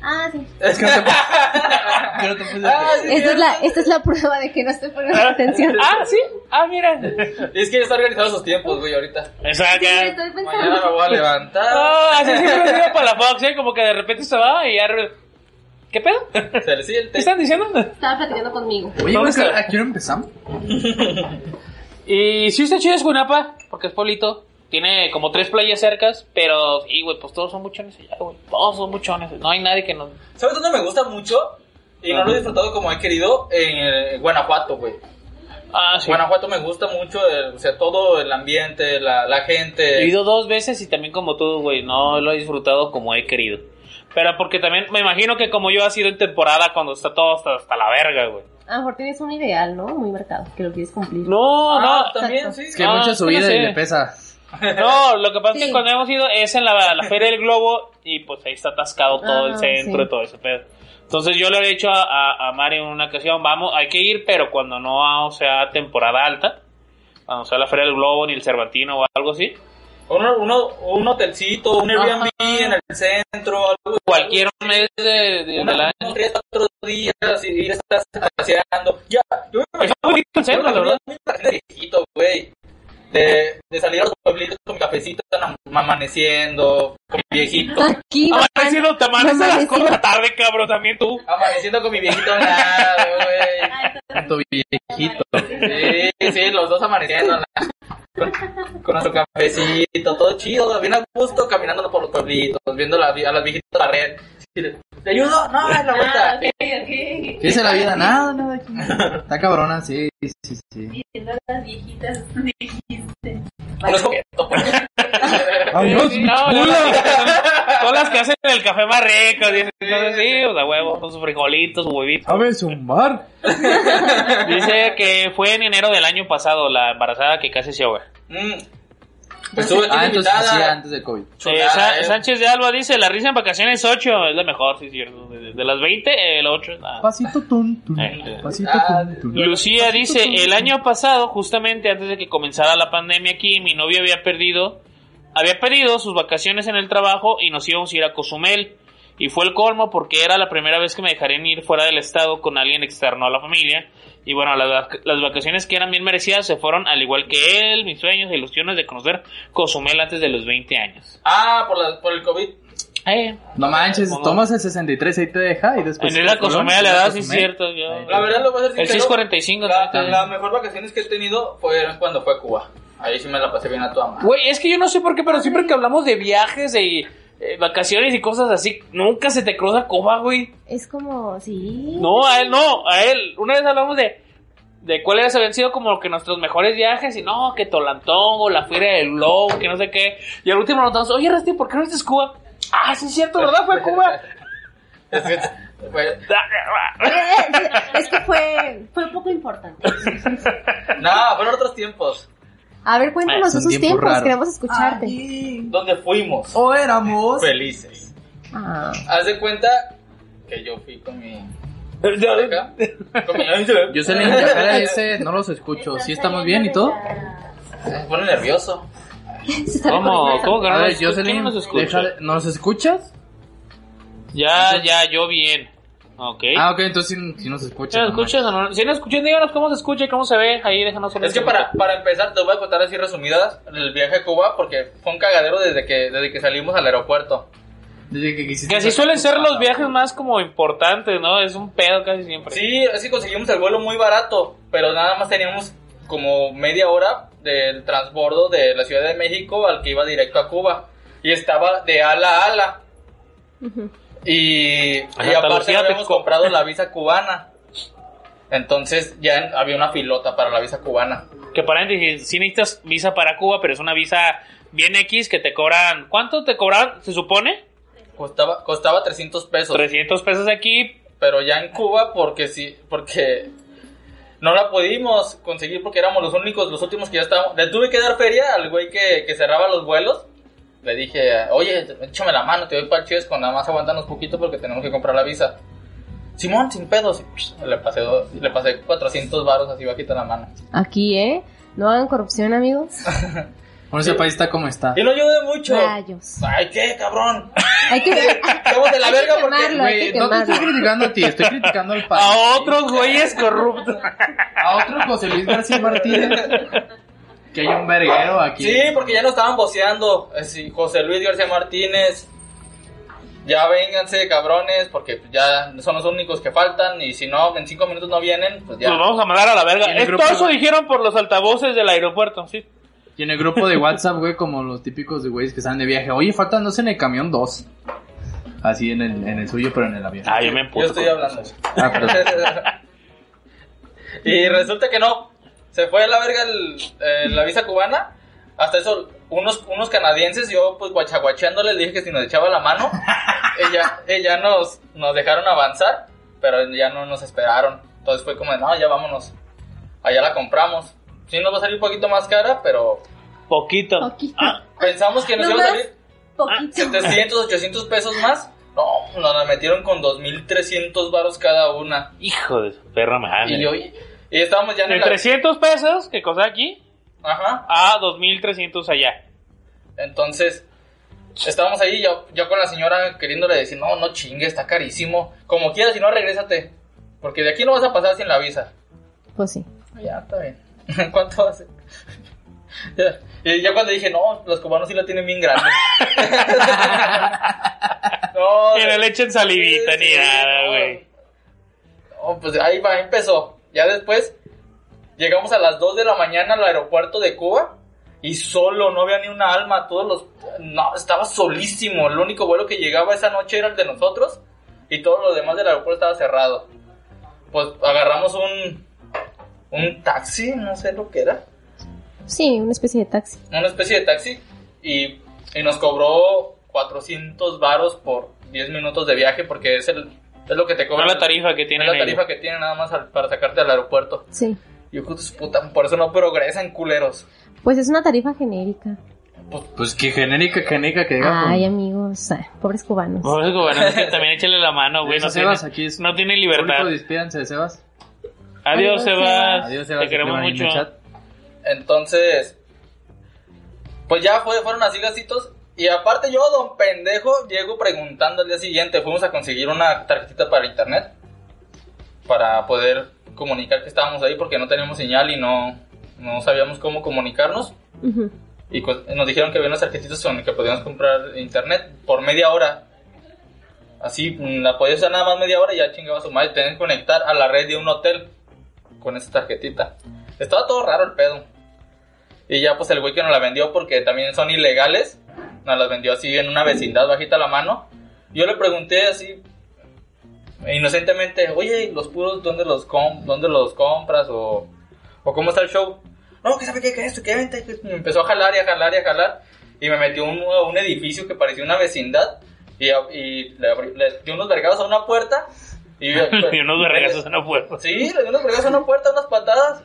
Ah, sí. Es que no te que no te puse- Ah, sí, Esta es, la, esta es la prueba de que no estoy poniendo atención. Ah, sí. Ah, mira. Es que ya está organizado sus tiempos, güey, ahorita. Sí, Exacto. estoy Mañana me pensando. voy a levantar. Ah, así siempre ha sido para la Fox, ¿eh? Como que de repente se va y ya. re- ¿Qué pedo? ¿Qué Se le siente. están diciendo? Estaba platicando conmigo. Oye, No, güey, está- ¿a qué hora empezamos? Y sí está chido Escuinapa, porque es pueblito. Tiene como tres playas cercas, pero, y güey, pues todos son muchones allá, güey. Todos son muchones. No hay nadie que nos. ¿Sabes dónde me gusta mucho? Y no lo he disfrutado como he querido en eh, Guanajuato, güey. Ah, sí. Guanajuato me gusta mucho, el- o sea, todo el ambiente, la, la He gente. ido dos veces y también como tú, güey, no lo he disfrutado como he querido. Pero porque también me imagino que como yo ha sido en temporada cuando está todo hasta, hasta la verga, güey. A lo mejor tienes un ideal, ¿no? Muy marcado, que lo quieres cumplir. No, Ah, también, sí. Es que Ah, hay es que mucha no subida sé. y le pesa. no, no, lo que pasa es Sí. que cuando hemos ido es en la, la Feria del Globo y pues ahí está atascado todo Ah, el centro sí. y todo ese pedo. Entonces yo le he dicho a, a, a Mari en una ocasión, vamos, hay que ir, pero cuando no ah, sea temporada alta, cuando sea la Feria del Globo ni el Cervantino o algo así, Uno, uno- un hotelcito, un Airbnb en el centro, algo cualquier mes de, de- del una, año. unos tres, cuatro días y ir estás paseando. Ya, yo me Está bonito el centro, la verdad. de viejito, güey. De, de salir a los pueblitos con mi cafecito, tan am- amaneciendo, con mi viejito. Aquí, Amaneciendo, Ah, te amaneces a las Amanecido. 4 de la tarde, cabrón, también tú. Amaneciendo con mi viejito al lado, güey. Tu viejito. Sí, sí, los dos amaneciendo al lado. con, con nuestro cafecito, todo chido, bien a gusto, caminando por los pueblitos, viendo la vi- a las viejitas de la red. Sí, ¿Te ayudo? No, es la Ah, vuelta. ok, ok. ¿Qué es la vida? Nada, nada. aquí. Está cabrona, sí, sí, sí. Viendo a las viejitas, dijiste. Ah, No es coqueto, pues. Sí, sí, no, la verdad que son- Son las que hacen el café más rico. Dicen, entonces, sí, o sea, huevos, con sus frijolitos, sus huevitos. ¿Sabes mar? Dice que fue en enero del año pasado la embarazada que casi se ahoga. Mm. Estuve aquí Ah, entonces invitada. sí, antes del COVID. Chulada, Eh, Sa- eh. Sánchez de Alba dice, la risa en vacaciones 8 es la mejor, sí, es cierto. De, de las 20, el 8 es nada. Pasito tun, tun. Eh. Pasito Ah, tun, tun. Lucía dice, el año pasado, justamente antes de que comenzara la pandemia aquí, mi novio había perdido, había pedido sus vacaciones en el trabajo y nos íbamos a ir a Cozumel. Y fue el colmo porque era la primera vez que me dejarían ir fuera del estado con alguien externo a la familia. Y bueno, las, vac- las vacaciones que eran bien merecidas se fueron, al igual que él, mis sueños e ilusiones de conocer Cozumel antes de los 20 años. Ah, por, la, por el COVID. Eh, No manches, tomas el 63 ahí te deja y después. Pues, en ir a Pues, Cozumel a la edad, sí es Cozumel. cierto. yo- La verdad lo voy a decir. el 645. La, también. la mejor vacaciones que he tenido fueron cuando fue a Cuba. Ahí sí me la pasé bien a tu mamá. Güey, es que yo no sé por qué, pero siempre que hablamos de viajes, de eh, vacaciones y cosas así, nunca se te cruza Cuba, güey. Es como, sí. No, a él no, a él. Una vez hablamos de, de cuáles habían sido como que nuestros mejores viajes y no, que Tolantongo, la Feria del Globo, que no sé qué. Y al último nos damos, oye, Rasti, ¿por qué no estás Cuba? Ah, sí, es cierto, ¿verdad? Fue a Cuba. Es que, pues, Es que fue, fue poco importante. no, fueron otros tiempos A ver, cuéntanos Son tus tiempos tiempos, raros. queremos escucharte. donde fuimos O éramos. felices. Ah. Haz de cuenta que yo fui con mi. pareja, Con mi Yo salí en la cara ese, no los escucho. ¿Sí estamos bien y todo? Me pone nervioso. ¿Cómo? ¿Cómo que no A ver, nos escucha? Jocelyn, ¿Quién nos escucha? deja de- ¿nos escuchas? Ya, ya, yo bien. Ok. Ah, ok, entonces sí, sí nos Si no escuchas. escuchas, o no- si no escuchas, díganos cómo se escucha y cómo se ve. Ahí déjanos un Es que para, para empezar, te voy a contar así resumidas el viaje a Cuba porque fue un cagadero desde que, desde que salimos al aeropuerto. Desde que quisiste- Que así suelen ser los viajes más como importantes, ¿no? Es un pedo casi siempre. Sí, así conseguimos el vuelo muy barato, pero nada más teníamos como media hora del transbordo de la Ciudad de México al que iba directo a Cuba. Y estaba de ala a ala. Y, y Hasta aparte Lucía, no habíamos Texcoco. comprado la visa cubana. Entonces ya en- había una filota para la visa cubana. Que paréntesis, sí necesitas visa para Cuba, pero es una visa bien X que te cobran. ¿Cuánto te cobraban? Se supone Costaba, costaba 300 pesos. 300 pesos aquí pero ya en Cuba porque sí, porque no la pudimos conseguir porque éramos los únicos, los últimos que ya estábamos. Le tuve que dar feria al güey que, que cerraba los vuelos. Le dije, oye, échame la mano, te doy parches con nada más aguantanos poquito porque tenemos que comprar la visa. Simón, sin pedos. Y pues, Le pasé, do- le pasé 400 varos así bajito la mano. Aquí, ¿eh? No hagan corrupción, amigos. Bueno, ese país está como está. Y no ayudé mucho. Rayos. Ay, qué cabrón. Hay que, Estamos de la hay que verga porque. quemarlo, hay Güey, que no te quemarlo. estoy criticando a ti, estoy criticando al país. A otros güeyes corruptos. A otro José Luis García Martínez. Que hay un verguero aquí. Sí, porque ya nos estaban voceando. Así, José Luis García Martínez. Ya vénganse, cabrones, porque ya son los únicos que faltan. Y si no, en cinco minutos no vienen, pues ya. Los vamos a mandar a la Y verga. el Es- grupo- Todo eso dijeron por los altavoces del aeropuerto, sí. Y en el grupo de WhatsApp, güey, como los típicos de güeyes que salen de viaje. Oye, faltan dos en el camión, dos. Así en el, en el suyo, pero en el avión. Ah, yo me Yo emputo. estoy hablando. Ah, perdón. y resulta que no. Se fue a la verga el- eh, la visa cubana. Hasta eso, unos, unos canadienses, yo pues guachaguacheando les dije que si nos echaba la mano, ella, ella nos, nos dejaron avanzar, pero ya no nos esperaron. Entonces fue como, de, no, ya vámonos. Allá la compramos. Sí nos va a salir un poquito más cara, pero Poquito. Poquito. Ah, pensamos que nos No iba a más. salir Poquito. 700, 800 pesos más. No, nos la metieron con 2.300 varos cada una. hijo de su perra madre. Y yo, y estábamos ya en De el... 300 pesos, que cosa aquí, Ajá. a 2300 allá. Entonces, estábamos ahí, yo, yo con la señora queriéndole decir, no, no chingue, está carísimo. Como quieras, si no, regrésate. Porque de aquí no vas a pasar sin la visa. Pues sí. Ya, está bien. ¿Cuánto va a ser? Ya. Y ya cuando dije, no, los cubanos sí la tienen bien grande. no, Que no le echen salivita Sí, ni sí, nada, no. güey. No, pues ahí va, empezó. Ya después llegamos a las 2 de la mañana al aeropuerto de Cuba y solo, no había ni una alma, todos los... No, estaba solísimo, el único vuelo que llegaba esa noche era el de nosotros y todo lo demás del aeropuerto estaba cerrado. Pues agarramos un... un taxi, no sé lo que era, Sí, una especie de taxi. una especie de taxi y, y nos cobró 400 varos por 10 minutos de viaje porque es, el, es lo que te Con cobra la tarifa que tiene es la tarifa que tiene nada más al- para sacarte al aeropuerto. Sí. Yo creo que es puta, por eso no progresan culeros. Pues es una tarifa genérica. Pues que genérica, genérica que diga. Ay, pues, amigos. ah, pobres cubanos. Pobres gobernantes, también échale la mano, güey. eso, No tiene, Sebas, aquí es. no tiene Público, libertad. despídanse de Sebas. Adiós, Adiós, Sebas. Adiós, Sebas. Te queremos escriban ahí en mucho. el chat. Entonces, pues ya fue, fueron así gastitos. Y aparte yo, don pendejo, llego preguntando al día siguiente, fuimos a conseguir una tarjetita para internet. Para poder comunicar que estábamos ahí porque no teníamos señal y no, no sabíamos cómo comunicarnos. Ujú. Y cu- nos dijeron que había unas tarjetitas con las que podíamos comprar internet por media hora. Así, mm, la podías usar nada más media hora y ya chingaba su madre. Tenían que conectar a la red de un hotel con esa tarjetita. Estaba todo raro el pedo. Y ya, pues el güey que nos la vendió, porque también son ilegales, nos las vendió así en una vecindad bajita la mano. Yo le pregunté así, inocentemente, oye, ¿y ¿los puros dónde los, com dónde los compras? O, ¿O cómo está el show? No, que sabe qué, que esto, que vente. que- Me empezó a jalar y a jalar y a jalar. Y me metió un, a un edificio que parecía una vecindad. Y, a- y le, abrí- le di unos vergados a una puerta. Y, pues, Y unos vergazos no puedo. Sí, le di unos vergazos a una puerta, unas patadas.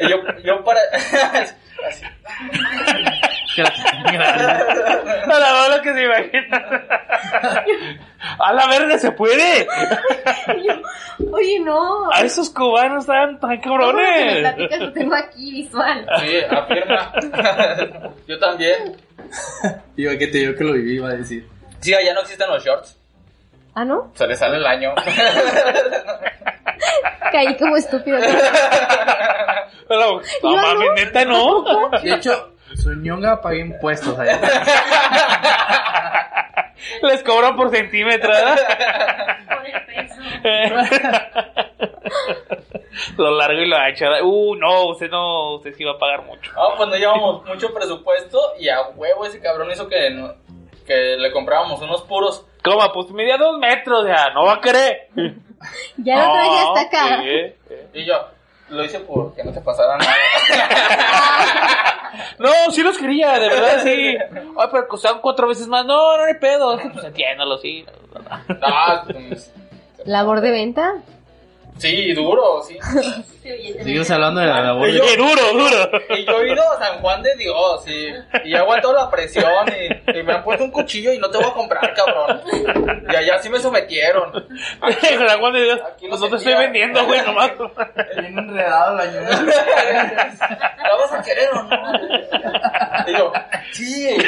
Y yo, yo para. A la bola que se imagina. A la verga se puede. Oye, no. A esos cubanos están tan Todo lo que me cabrones. platicas lo tengo aquí visual. Sí, afirma. Yo también. Digo, que te digo que lo viví, iba a decir. Sí, allá no existen los shorts. ¿Ah, no? Se le sale el año. Caí como estúpido. Pero, No Yo mames, no. neta, no. De hecho, su ñonga pagué impuestos allá. Les cobran por centímetro, ¿verdad? Por el peso. lo largo y lo ancho. ¿verdad? Uh, no, usted no, usted sí va a pagar mucho. Ah, pues no llevamos mucho presupuesto. Y a huevo ese cabrón hizo que, no- que le comprábamos unos puros. Coma, pues medía dos metros, ya, no va a querer. Ya lo traje Ah, hasta acá. sí, eh. Y yo, lo hice porque no te pasara nada. No, sí los quería, de verdad, sí. Ay, pero costaban cuatro veces más. No, no hay pedo. Es que, Pues entiéndalo, sí. No, Ah, pues, Labor de venta. Sí, duro, sí. Sigues hablando de la labor. Yo- Oye, duro, duro. Y yo he ido a San Juan de Dios y, y he aguantado la presión y, y me han puesto un cuchillo y no te voy a comprar, cabrón. Y allá sí me sometieron. Con la Juan de Dios. Aquí lo Pues no te sentía. estoy vendiendo, güey, nomás. Bien enredado la ñoña. ¿La vas a querer o no? Y yo, sí.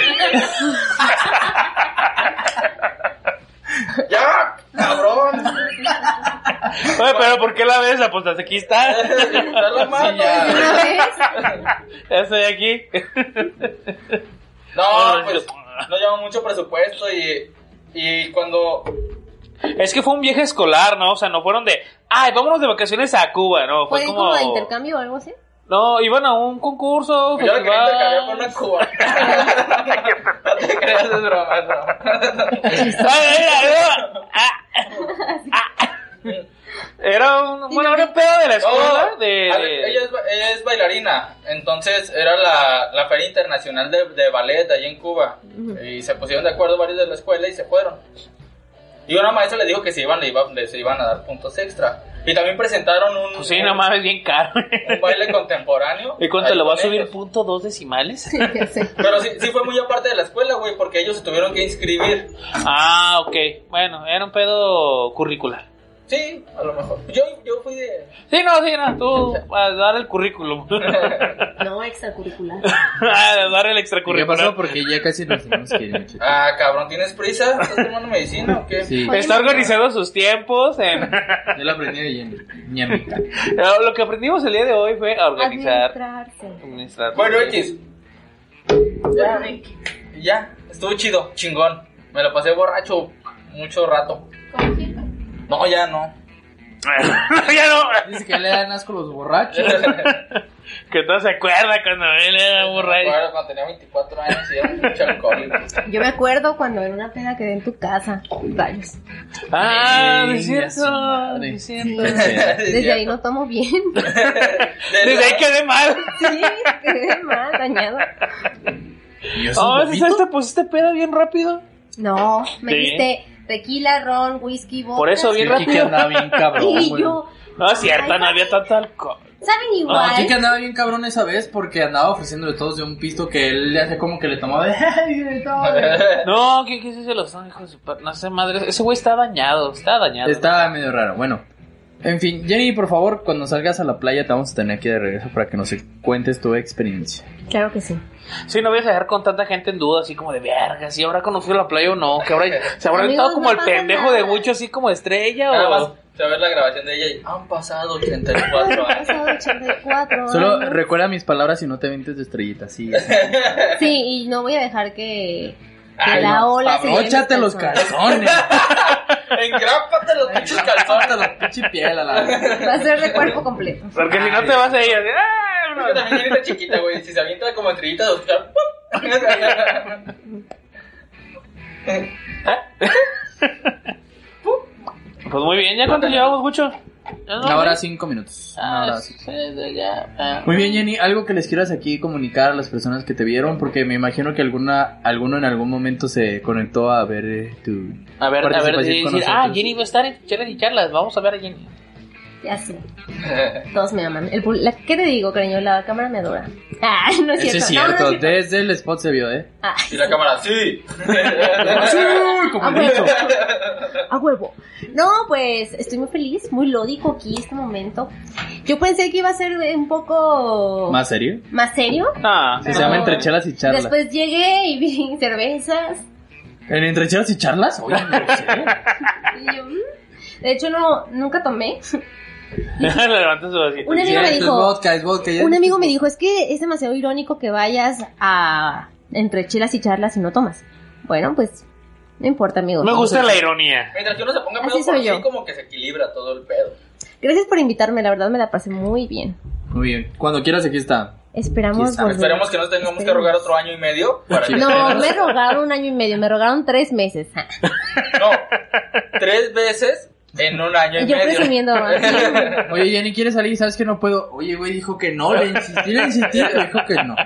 ya, cabrón. Oye, pero ¿por qué la ves? Ah, Pues hasta aquí está. Está la mano. Una vez. Ya estoy aquí. No, pues no lleva mucho presupuesto y, y cuando... Es que fue un viaje escolar, ¿no? O sea, no fueron de, ay, vámonos de vacaciones a Cuba, ¿no? Fue ¿Fue como de intercambio o algo así? No, iban a un concurso. Yo Pues la quería festival. intercambiar por una cuba. no te creas, es broma, es broma. Ay, era, era- ah, ah. Era un, bueno, era un pedo de la escuela. No, de, Oh, a- de- ah, Ella, es, ba- ella es bailarina, entonces era la, la Feria Internacional de, de Ballet de allí en Cuba. Y se pusieron de acuerdo varios de la escuela y se fueron. Y una maestra le dijo que se iban, le iba- les iban a dar puntos extra. Y también presentaron un, Pues sí, un, no mames, bien caro. un baile contemporáneo. ¿Y cuánto ahí le va a con subir? ellos. ¿Punto dos decimales? Ya sé. Pero sí, sí fue muy aparte de la escuela, güey, porque ellos se tuvieron que inscribir. Ah, ok. Bueno, era un pedo curricular. Sí, a lo mejor. Yo, yo fui de... Sí, no, sí, no, tú a dar el currículum. No, extracurricular. a dar el ¿Y ¿Qué extracurricular. pasó? Porque ya casi nos tenemos que ir, muchachos. Ah, cabrón, ¿tienes prisa? ¿Estás tomando medicina o qué? Sí, Está organizando sus tiempos. En... yo lo aprendí de Jenny. ñamita. Lo que aprendimos el día de hoy fue a organizar. Administrarse. administrar. Bueno, X. Ya, ya, estuvo chido, chingón. Me lo pasé borracho mucho rato. Como siempre. No, ya no. ya no. Dice que le dan asco los borrachos. Que no se acuerda cuando él era borracho. Recuerdo Cuando tenía 24 años y era mucho alcohólico. Yo me acuerdo cuando era una peda quedé en tu casa. Rayos. Ah, no es Ey, a su cierto. no madre. es cierto. Desde ahí no tomo bien. Desde ahí quedé mal. Sí, quedé mal, dañado. Y eso, Oh, papito. ¿sabes? Te pusiste pedo bien rápido. No, me Sí. diste tequila, ron, whisky, vodka. Por eso Sí, bien Kiki rápido. andaba bien cabrón. Y güey. yo, No es cierto, no había tanto alcohol. saben No, igual. Kiki andaba bien cabrón esa vez porque andaba ofreciéndole todos de un pisto que él le hacía como que le tomaba de... "Ay, de todo". No, ¿qué, qué es eso? Los hijos de su pa- No sé, madre. Ese güey está dañado. Está dañado. Estaba medio raro, bueno. En fin, Jenny, por favor, cuando salgas a la playa te vamos a tener aquí de regreso para que nos cuentes tu experiencia. Claro que sí. Sí, no voy a dejar con tanta gente en duda, así como de verga, si habrá conocido la playa o no, que habrá, se habrá Amigos, estado como no el pasa pendejo nada. de mucho, así como estrella Nada o... más, se ve la grabación de ella y han pasado 84 Han años. pasado 84 Solo años. recuerda mis palabras y no te vientes de estrellitas, sí. Sí, y no voy a dejar que, que Ay, la no, ola se lleve Abróchate mis los calzones. calzones. Engrápate los pinches calzones. Abróchate los pinche piel a la... Va a ser de cuerpo completo. Porque si no Ay. te vas a ir así, ¡ah! Yo no". también era chiquita, güey. Si se avienta como estrellita de Oscar, ¡pum! Pues muy bien, ¿ya cuánto llevamos, mucho? ¿Ya no? Una hora cinco minutos. Una Ah, hora sí, cinco. ya, ah. Muy bien, Jenny, algo que les quieras aquí comunicar a las personas que te vieron, porque me imagino que alguna, alguno en algún momento se conectó a ver eh, tu... A ver, a ver, participación y con decir, ah, nosotros. Jenny va a estar en charlas y charlas, vamos a ver a Jenny. Ya sé. Todos me aman. El, pul- la- ¿Qué te digo, cariño? La cámara me adora. Ah, no es Eso es cierto. No, no cierto, es cierto. desde el spot se vio, ¿eh? Ah, Y la cámara, sí. a huevo. A huevo. No, pues estoy muy feliz, muy lódico aquí este momento. Yo pensé que iba a ser un poco ¿Más serio? más serio. Ah, Se llama Entre Chelas y Charlas. Después llegué y vi cervezas. ¿En Entre Chelas y Charlas? Oye, no lo sé. Y yo, mm. De hecho, no, nunca tomé. le levanta su vasito. Un amigo me Cierto, es dijo, vodka, es vodka, ya Un dijiste. amigo me dijo, es que es demasiado irónico que vayas a entre chelas y charlas y no tomas. Bueno, pues no importa, amigo. Me gusta la ironía. Mientras que uno se ponga pedo Así por soy yo. sí, como que se equilibra todo el pedo. Gracias por invitarme, la verdad me la pasé muy bien. Muy bien, cuando quieras aquí está. Esperamos Quizá. volver. Esperemos que no tengamos que rogar otro año y medio para que Pues No, me rogaron un año y medio, me rogaron tres meses. No, tres veces en un año y Yo medio. presumiendo. Oye, Jenny, ¿quieres salir? ¿Sabes que no puedo? Oye, güey, dijo que no, le insistí, le insistí, le dijo que no.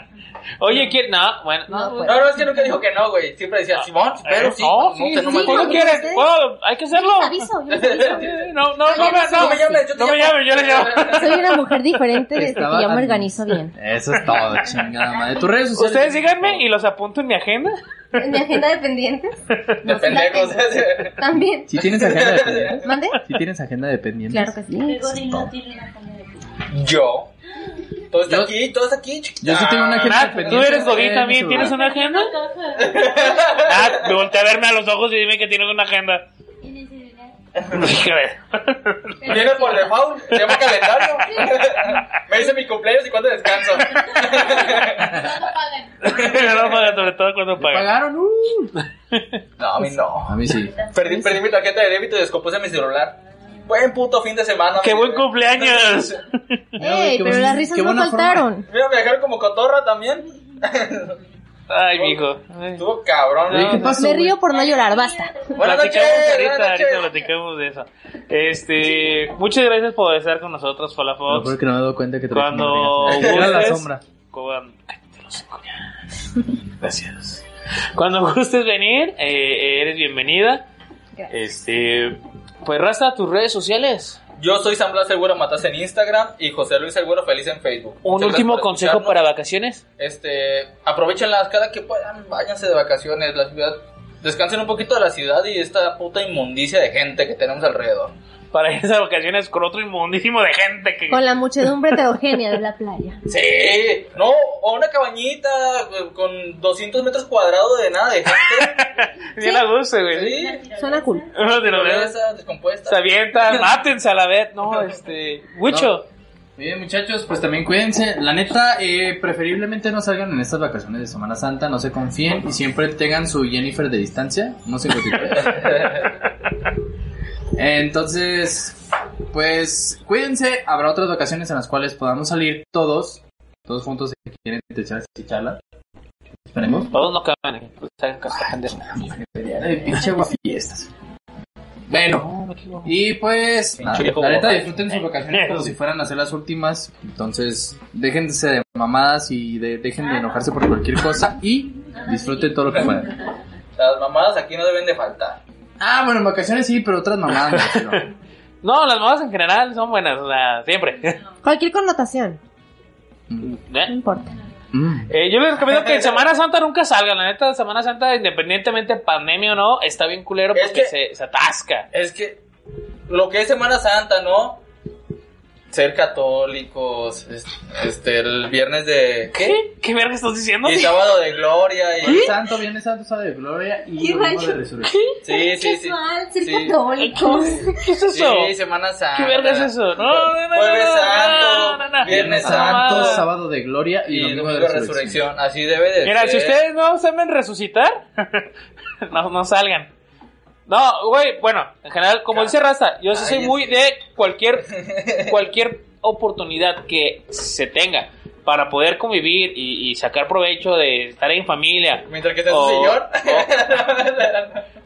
Oye, ¿quién? No, bueno. No, pues. No, no, es que nunca dijo que no, güey. Siempre decía, Simón, pero Eh, sí. no, no, sí, te- no sí, me sí. ¿Cómo ¿Cómo quieres? ustedes? Bueno, hay que hacerlo. les aviso, yo les aviso. No, no, no, no, me- no, no me llames, yo te no me llames, yo le llamo. Soy una mujer diferente desde que Estaba yo tan- me organizo bien. Eso es todo, chingada madre. Tus redes sociales. Ustedes díganme y los apunto en mi agenda. ¿En mi agenda de pendientes? De No, sí la pendejos. tengo. También. Si tienes agenda de pendientes. ¿Mande? Si tienes agenda de pendientes. Claro que sí. El goril no tiene una comida de pizza. Yo. Todo está Yo- aquí, todo está aquí. chiquita. Yo sí tengo una agenda de Nat, tú pendientes. eres Godín eh, también, seguro. ¿tienes una agenda? Todo Nat, voltea a verme a los ojos y dime que tienes una agenda. en el celular. Híjole. Viene por default, se llama calendario. Me dice mi cumpleaños y cuándo descanso. Todo pagan. No paga, sobre todo cuando Me paga. pagaron, uh. No, a mí no. A mí sí. Perdí, perdí mi tarjeta de débito y descompuse mi celular. Buen puto fin de semana. ¡Qué mi buen güey. cumpleaños! Ey, qué pero buen- las risas qué no buena forma. faltaron. Mira, me dejaron como cotorra también. Ay, mijo. Ay. Estuvo cabrón. Oye, ¿qué ¿no? pasó, Me güey? río por no llorar, basta. Buenas noches. platicamos buenas ahorita, noches. ahorita platicamos de eso. Este, muchas gracias por estar con nosotros, Lo Palafox. peor que no me he dado cuenta que te Cuando Era la gustes. sombra. Cuando- cállate los hocico ya. Gracias. Cuando gustes venir, eh, eres bienvenida. Este, pues rasta tus redes sociales. Yo soy San Blas Seguro Matas en Instagram y José Luis Seguro Feliz en Facebook. Un Muchas gracias último por consejo escucharnos. para vacaciones. Este, aprovechenlas cada que puedan, váyanse de vacaciones, la ciudad, descansen un poquito de la ciudad y de esta puta inmundicia de gente que tenemos alrededor. Para esas vacaciones con otro inmundísimo de gente que. Con la muchedumbre heterogénea de la playa. Sí, no, o una cabañita eh, con 200 metros cuadrados de nada de gente. Bien a gusto, güey. Sí, Suena cool. Uno de los dedos esa Se descompuesta. avientan, mátense a la vez. No, este. Mucho. Muy bien, muchachos, pues también cuídense. La neta, eh, preferiblemente no salgan en estas vacaciones de Semana Santa, no se confíen y siempre tengan su Jennifer de distancia, no se Entonces, pues cuídense, habrá otras vacaciones en las cuales podamos salir todos, todos juntos si quieren entre charlas y charla. Esperemos. Todos no caben aquí. pues, salgan con esta gente. Ay, pinche aguafiestas. Bueno, No, me equivoco. y pues, nada, Pinche viejo la neta, borracho. disfruten sus vacaciones como si fueran a ser las últimas. Entonces, déjense de mamadas y de- dejen de enojarse por cualquier cosa y disfruten todo lo que puedan. Las mamadas aquí no deben de faltar. Ah, bueno, en vacaciones sí, pero otras mamadas. no, sí, no. No, las modas en general son buenas, o sea, siempre. Cualquier connotación, no ¿Eh? importa. Mm. Eh, yo les recomiendo que en Semana Santa nunca salgan. La neta, Semana Santa, independientemente pandemia o no, está bien culero Es porque que- se, se atasca. Es que lo que es Semana Santa, ¿no? Ser católicos, es- este, el viernes de... ¿Qué? ¿Qué verga estás diciendo? Y sábado de gloria y... Santo, Viernes Santo, Sábado de Gloria y ¿Qué Domingo de rayos? Resurrección. Sí, sí, sí. mal, ser Sí. católicos. ¿Qué es eso? Sí, Semana Santa. ¿Qué verga es eso? No, no, no, no, Jueves no, no, Santo, no, no. Viernes Esa Santo, mamada. Sábado de Gloria y, Y Domingo, de domingo de Resurrección. resurrección. Así debe de Mira, ser. si ustedes no saben resucitar, no, no salgan. No, güey, bueno, en general, como dice Raza, yo sí soy muy de cualquier, cualquier oportunidad que se tenga para poder convivir y, y sacar provecho de estar en familia. Mientras que estés O- en tu sillón.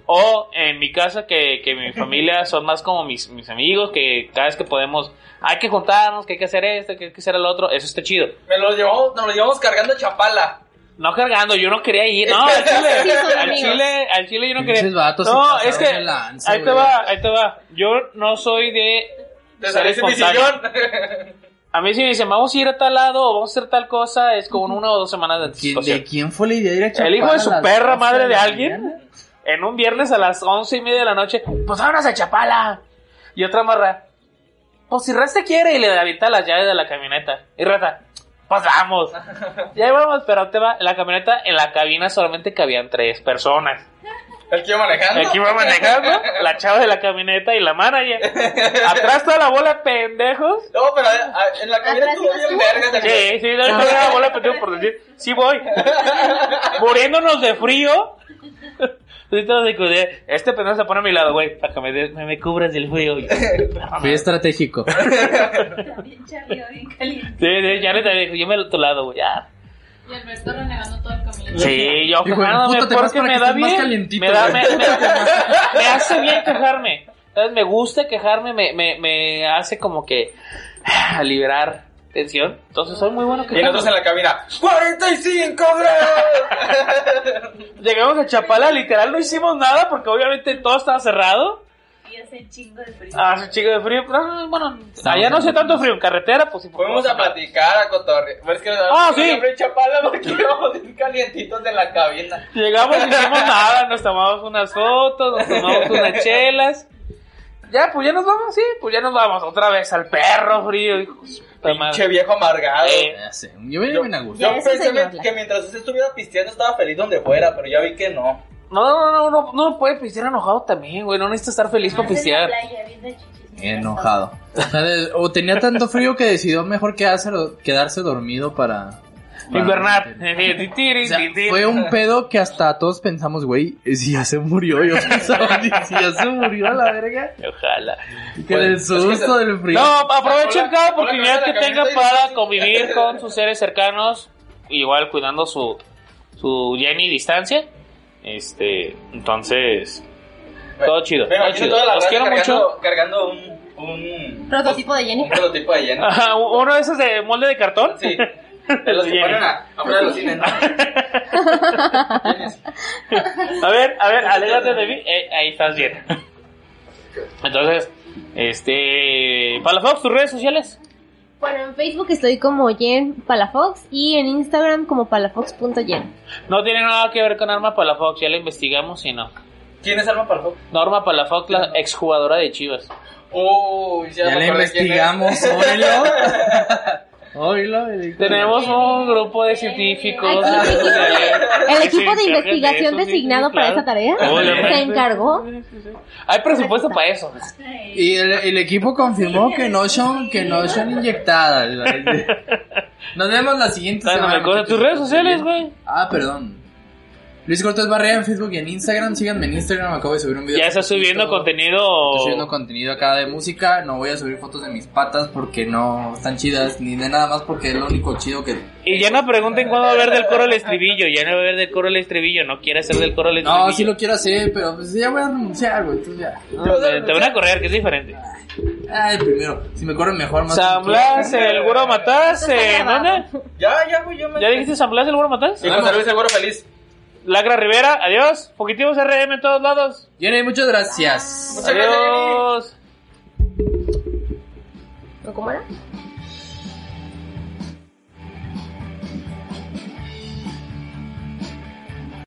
O en mi casa, que, que mi familia son más como mis, mis amigos, que cada vez que podemos, hay que juntarnos, que hay que hacer esto, que hay que hacer el otro, eso está chido. Me lo llevamos, nos lo llevamos cargando a Chapala. No cargando, yo no quería ir. No, al Sí, chile, son al amigos. chile, al chile yo no Pinches quería. vatos se no, pasaron es que de lanza, ahí te güey. va, ahí te va. Yo no soy de Te Ser saliste mi sillón. espontáneo. a mí si me dicen vamos a ir a tal lado o vamos a hacer tal cosa es como una o dos semanas de ¿Quién- ¿De anticipación. quién fue la idea de ir a El hijo de Chapala su a las perra 12 madre de la alguien. mañana? En un viernes a las once y media de la noche, pues vámonos a Chapala. Y otra marra, pues si Rasta quiere y le avienta las llaves de la camioneta. Y Rasta, pues vamos. Ya vamos, pero te va, en la camioneta, en la cabina solamente cabían tres personas. El que iba manejando. Aquí va manejando la chava de la camioneta y la manager. Atrás toda la bola de pendejos. No, pero a- a- en la cabina Atrás estuvo ibas bien tú. vergas. el- Sí, sí, toda la bola de pendejos por decir, sí voy. Muriéndonos de frío. Y todos de que, Este pendejo se pone a mi lado, güey, para que me, des- me, me cubras del frío. Y- Fui estratégico. También charleo bien caliente. Sí, sí, ya le dije, yo me lo tu lado, güey. ya. Y Alberto renegando todo el camino. Sí, yo Hijo de quejándome puta, te vas porque para me que da estés más bien. calientito, Me, da, me, güey. me- me hace bien quejarme. ¿Sabes? Me gusta quejarme, me, me, me hace como que ah, liberar atención. Entonces soy muy bueno que Y nosotros en la cabina, ¡45 grados! Llegamos a Chapala, literal no hicimos nada porque obviamente todo estaba cerrado. Ah, Y hace chingo de frío. Hace chico de frío. pero, ah, bueno, allá no hace tanto frío en carretera, pues sí. pues, Fuimos a vamos platicar a Cotorre. Bueno, es que Ah, sí. siempre en Chapala porque íbamos bien calientitos de la cabina. Llegamos, no hicimos nada, nos tomamos unas fotos, nos tomamos unas chelas. Ya, pues ya nos vamos, sí, pues ya nos vamos otra vez al perro frío, hijos. de puta madre. Pinche viejo amargado. Eh, Ya sé, Yo me Yo- bien a gusto. Yo Ya, ese pensé señor, que, la- que mientras usted estuviera pisteando estaba feliz donde fuera, pero ya vi que no. No, no, no, no, no, no puede pistear enojado también, güey, no necesita estar feliz para pistear. Enojado. O, sea, de- o tenía tanto frío que decidió mejor quedarse, quedarse dormido para... para- Invernar. O sea, fue un pedo que hasta todos pensamos, güey, si ya se murió, yo pensaba, si ya se murió a la verga. Ojalá. Que Pues, del es que se- susto, del frío. No, aprovechen Hola, cada hola, oportunidad cabeza, que la tenga cabeza y para sí. convivir con sus seres cercanos, igual cuidando su su ya ni distancia. Este, entonces, todo chido. Pero Todo imagino chido. toda la Los raza quiero cargando, mucho. Cargando un, un Prototipo de Un Jenny. prototipo de lleno. Ajá, uno de esos de molde de cartón. Sí. De los que Jenny. ponen a, a poner a los cines, ¿no? A ver, a ver, alégrate de mí. Eh, ahí estás bien. Entonces, este, Palafox, tus redes sociales. Bueno, en Facebook estoy como Jen Palafox y en Instagram como palafox.jen. No tiene nada que ver con Arma Palafox, ya la investigamos y no. ¿Quién es Alma Palfo? Norma Palafox, la exjugadora de Chivas. Uy, ya, Ya me le acordé quién investigamos, es. oílo. Oílo. el- Tenemos un grupo de científicos. Aquí, Ah, aquí, El equipo de investigación designado para esa esta tarea Obviamente. se encargó. Hay presupuesto para eso. Y el, el equipo confirmó que no son, que no son inyectadas. Nos vemos la siguiente semana. Dándome cosas. Tus redes sociales, güey. Ah, perdón. Luis Cortés Barrea en Facebook y en Instagram. Síganme en Instagram. Acabo de subir un video. Ya está subiendo Estoy subiendo contenido. contenido acá de música. No voy a subir fotos de mis patas porque no están chidas. Ni de nada más porque es lo único chido que. Y ya no pregunten cuándo va a haber del coro el estribillo. Ya no va a haber del coro el estribillo. No quiere hacer del coro el estribillo. No, sí lo quiero hacer, pero pues ya voy a renunciar, güey. Entonces ya. No, te, te van a correr, que es diferente. Ay, primero. Si me corren mejor, más. San Blas, el güero matás. eh, ¿Dónde? Ya, ya, güey, yo me. ¿Ya dijiste San Blas, el güero matás? Y José Luis Seguro Feliz. Lacra Rivera, adiós. Fugitivos RM en todos lados. Jenny, muchas gracias. Muchas gracias, Jenny. Adiós. ¿O ¿Cómo era?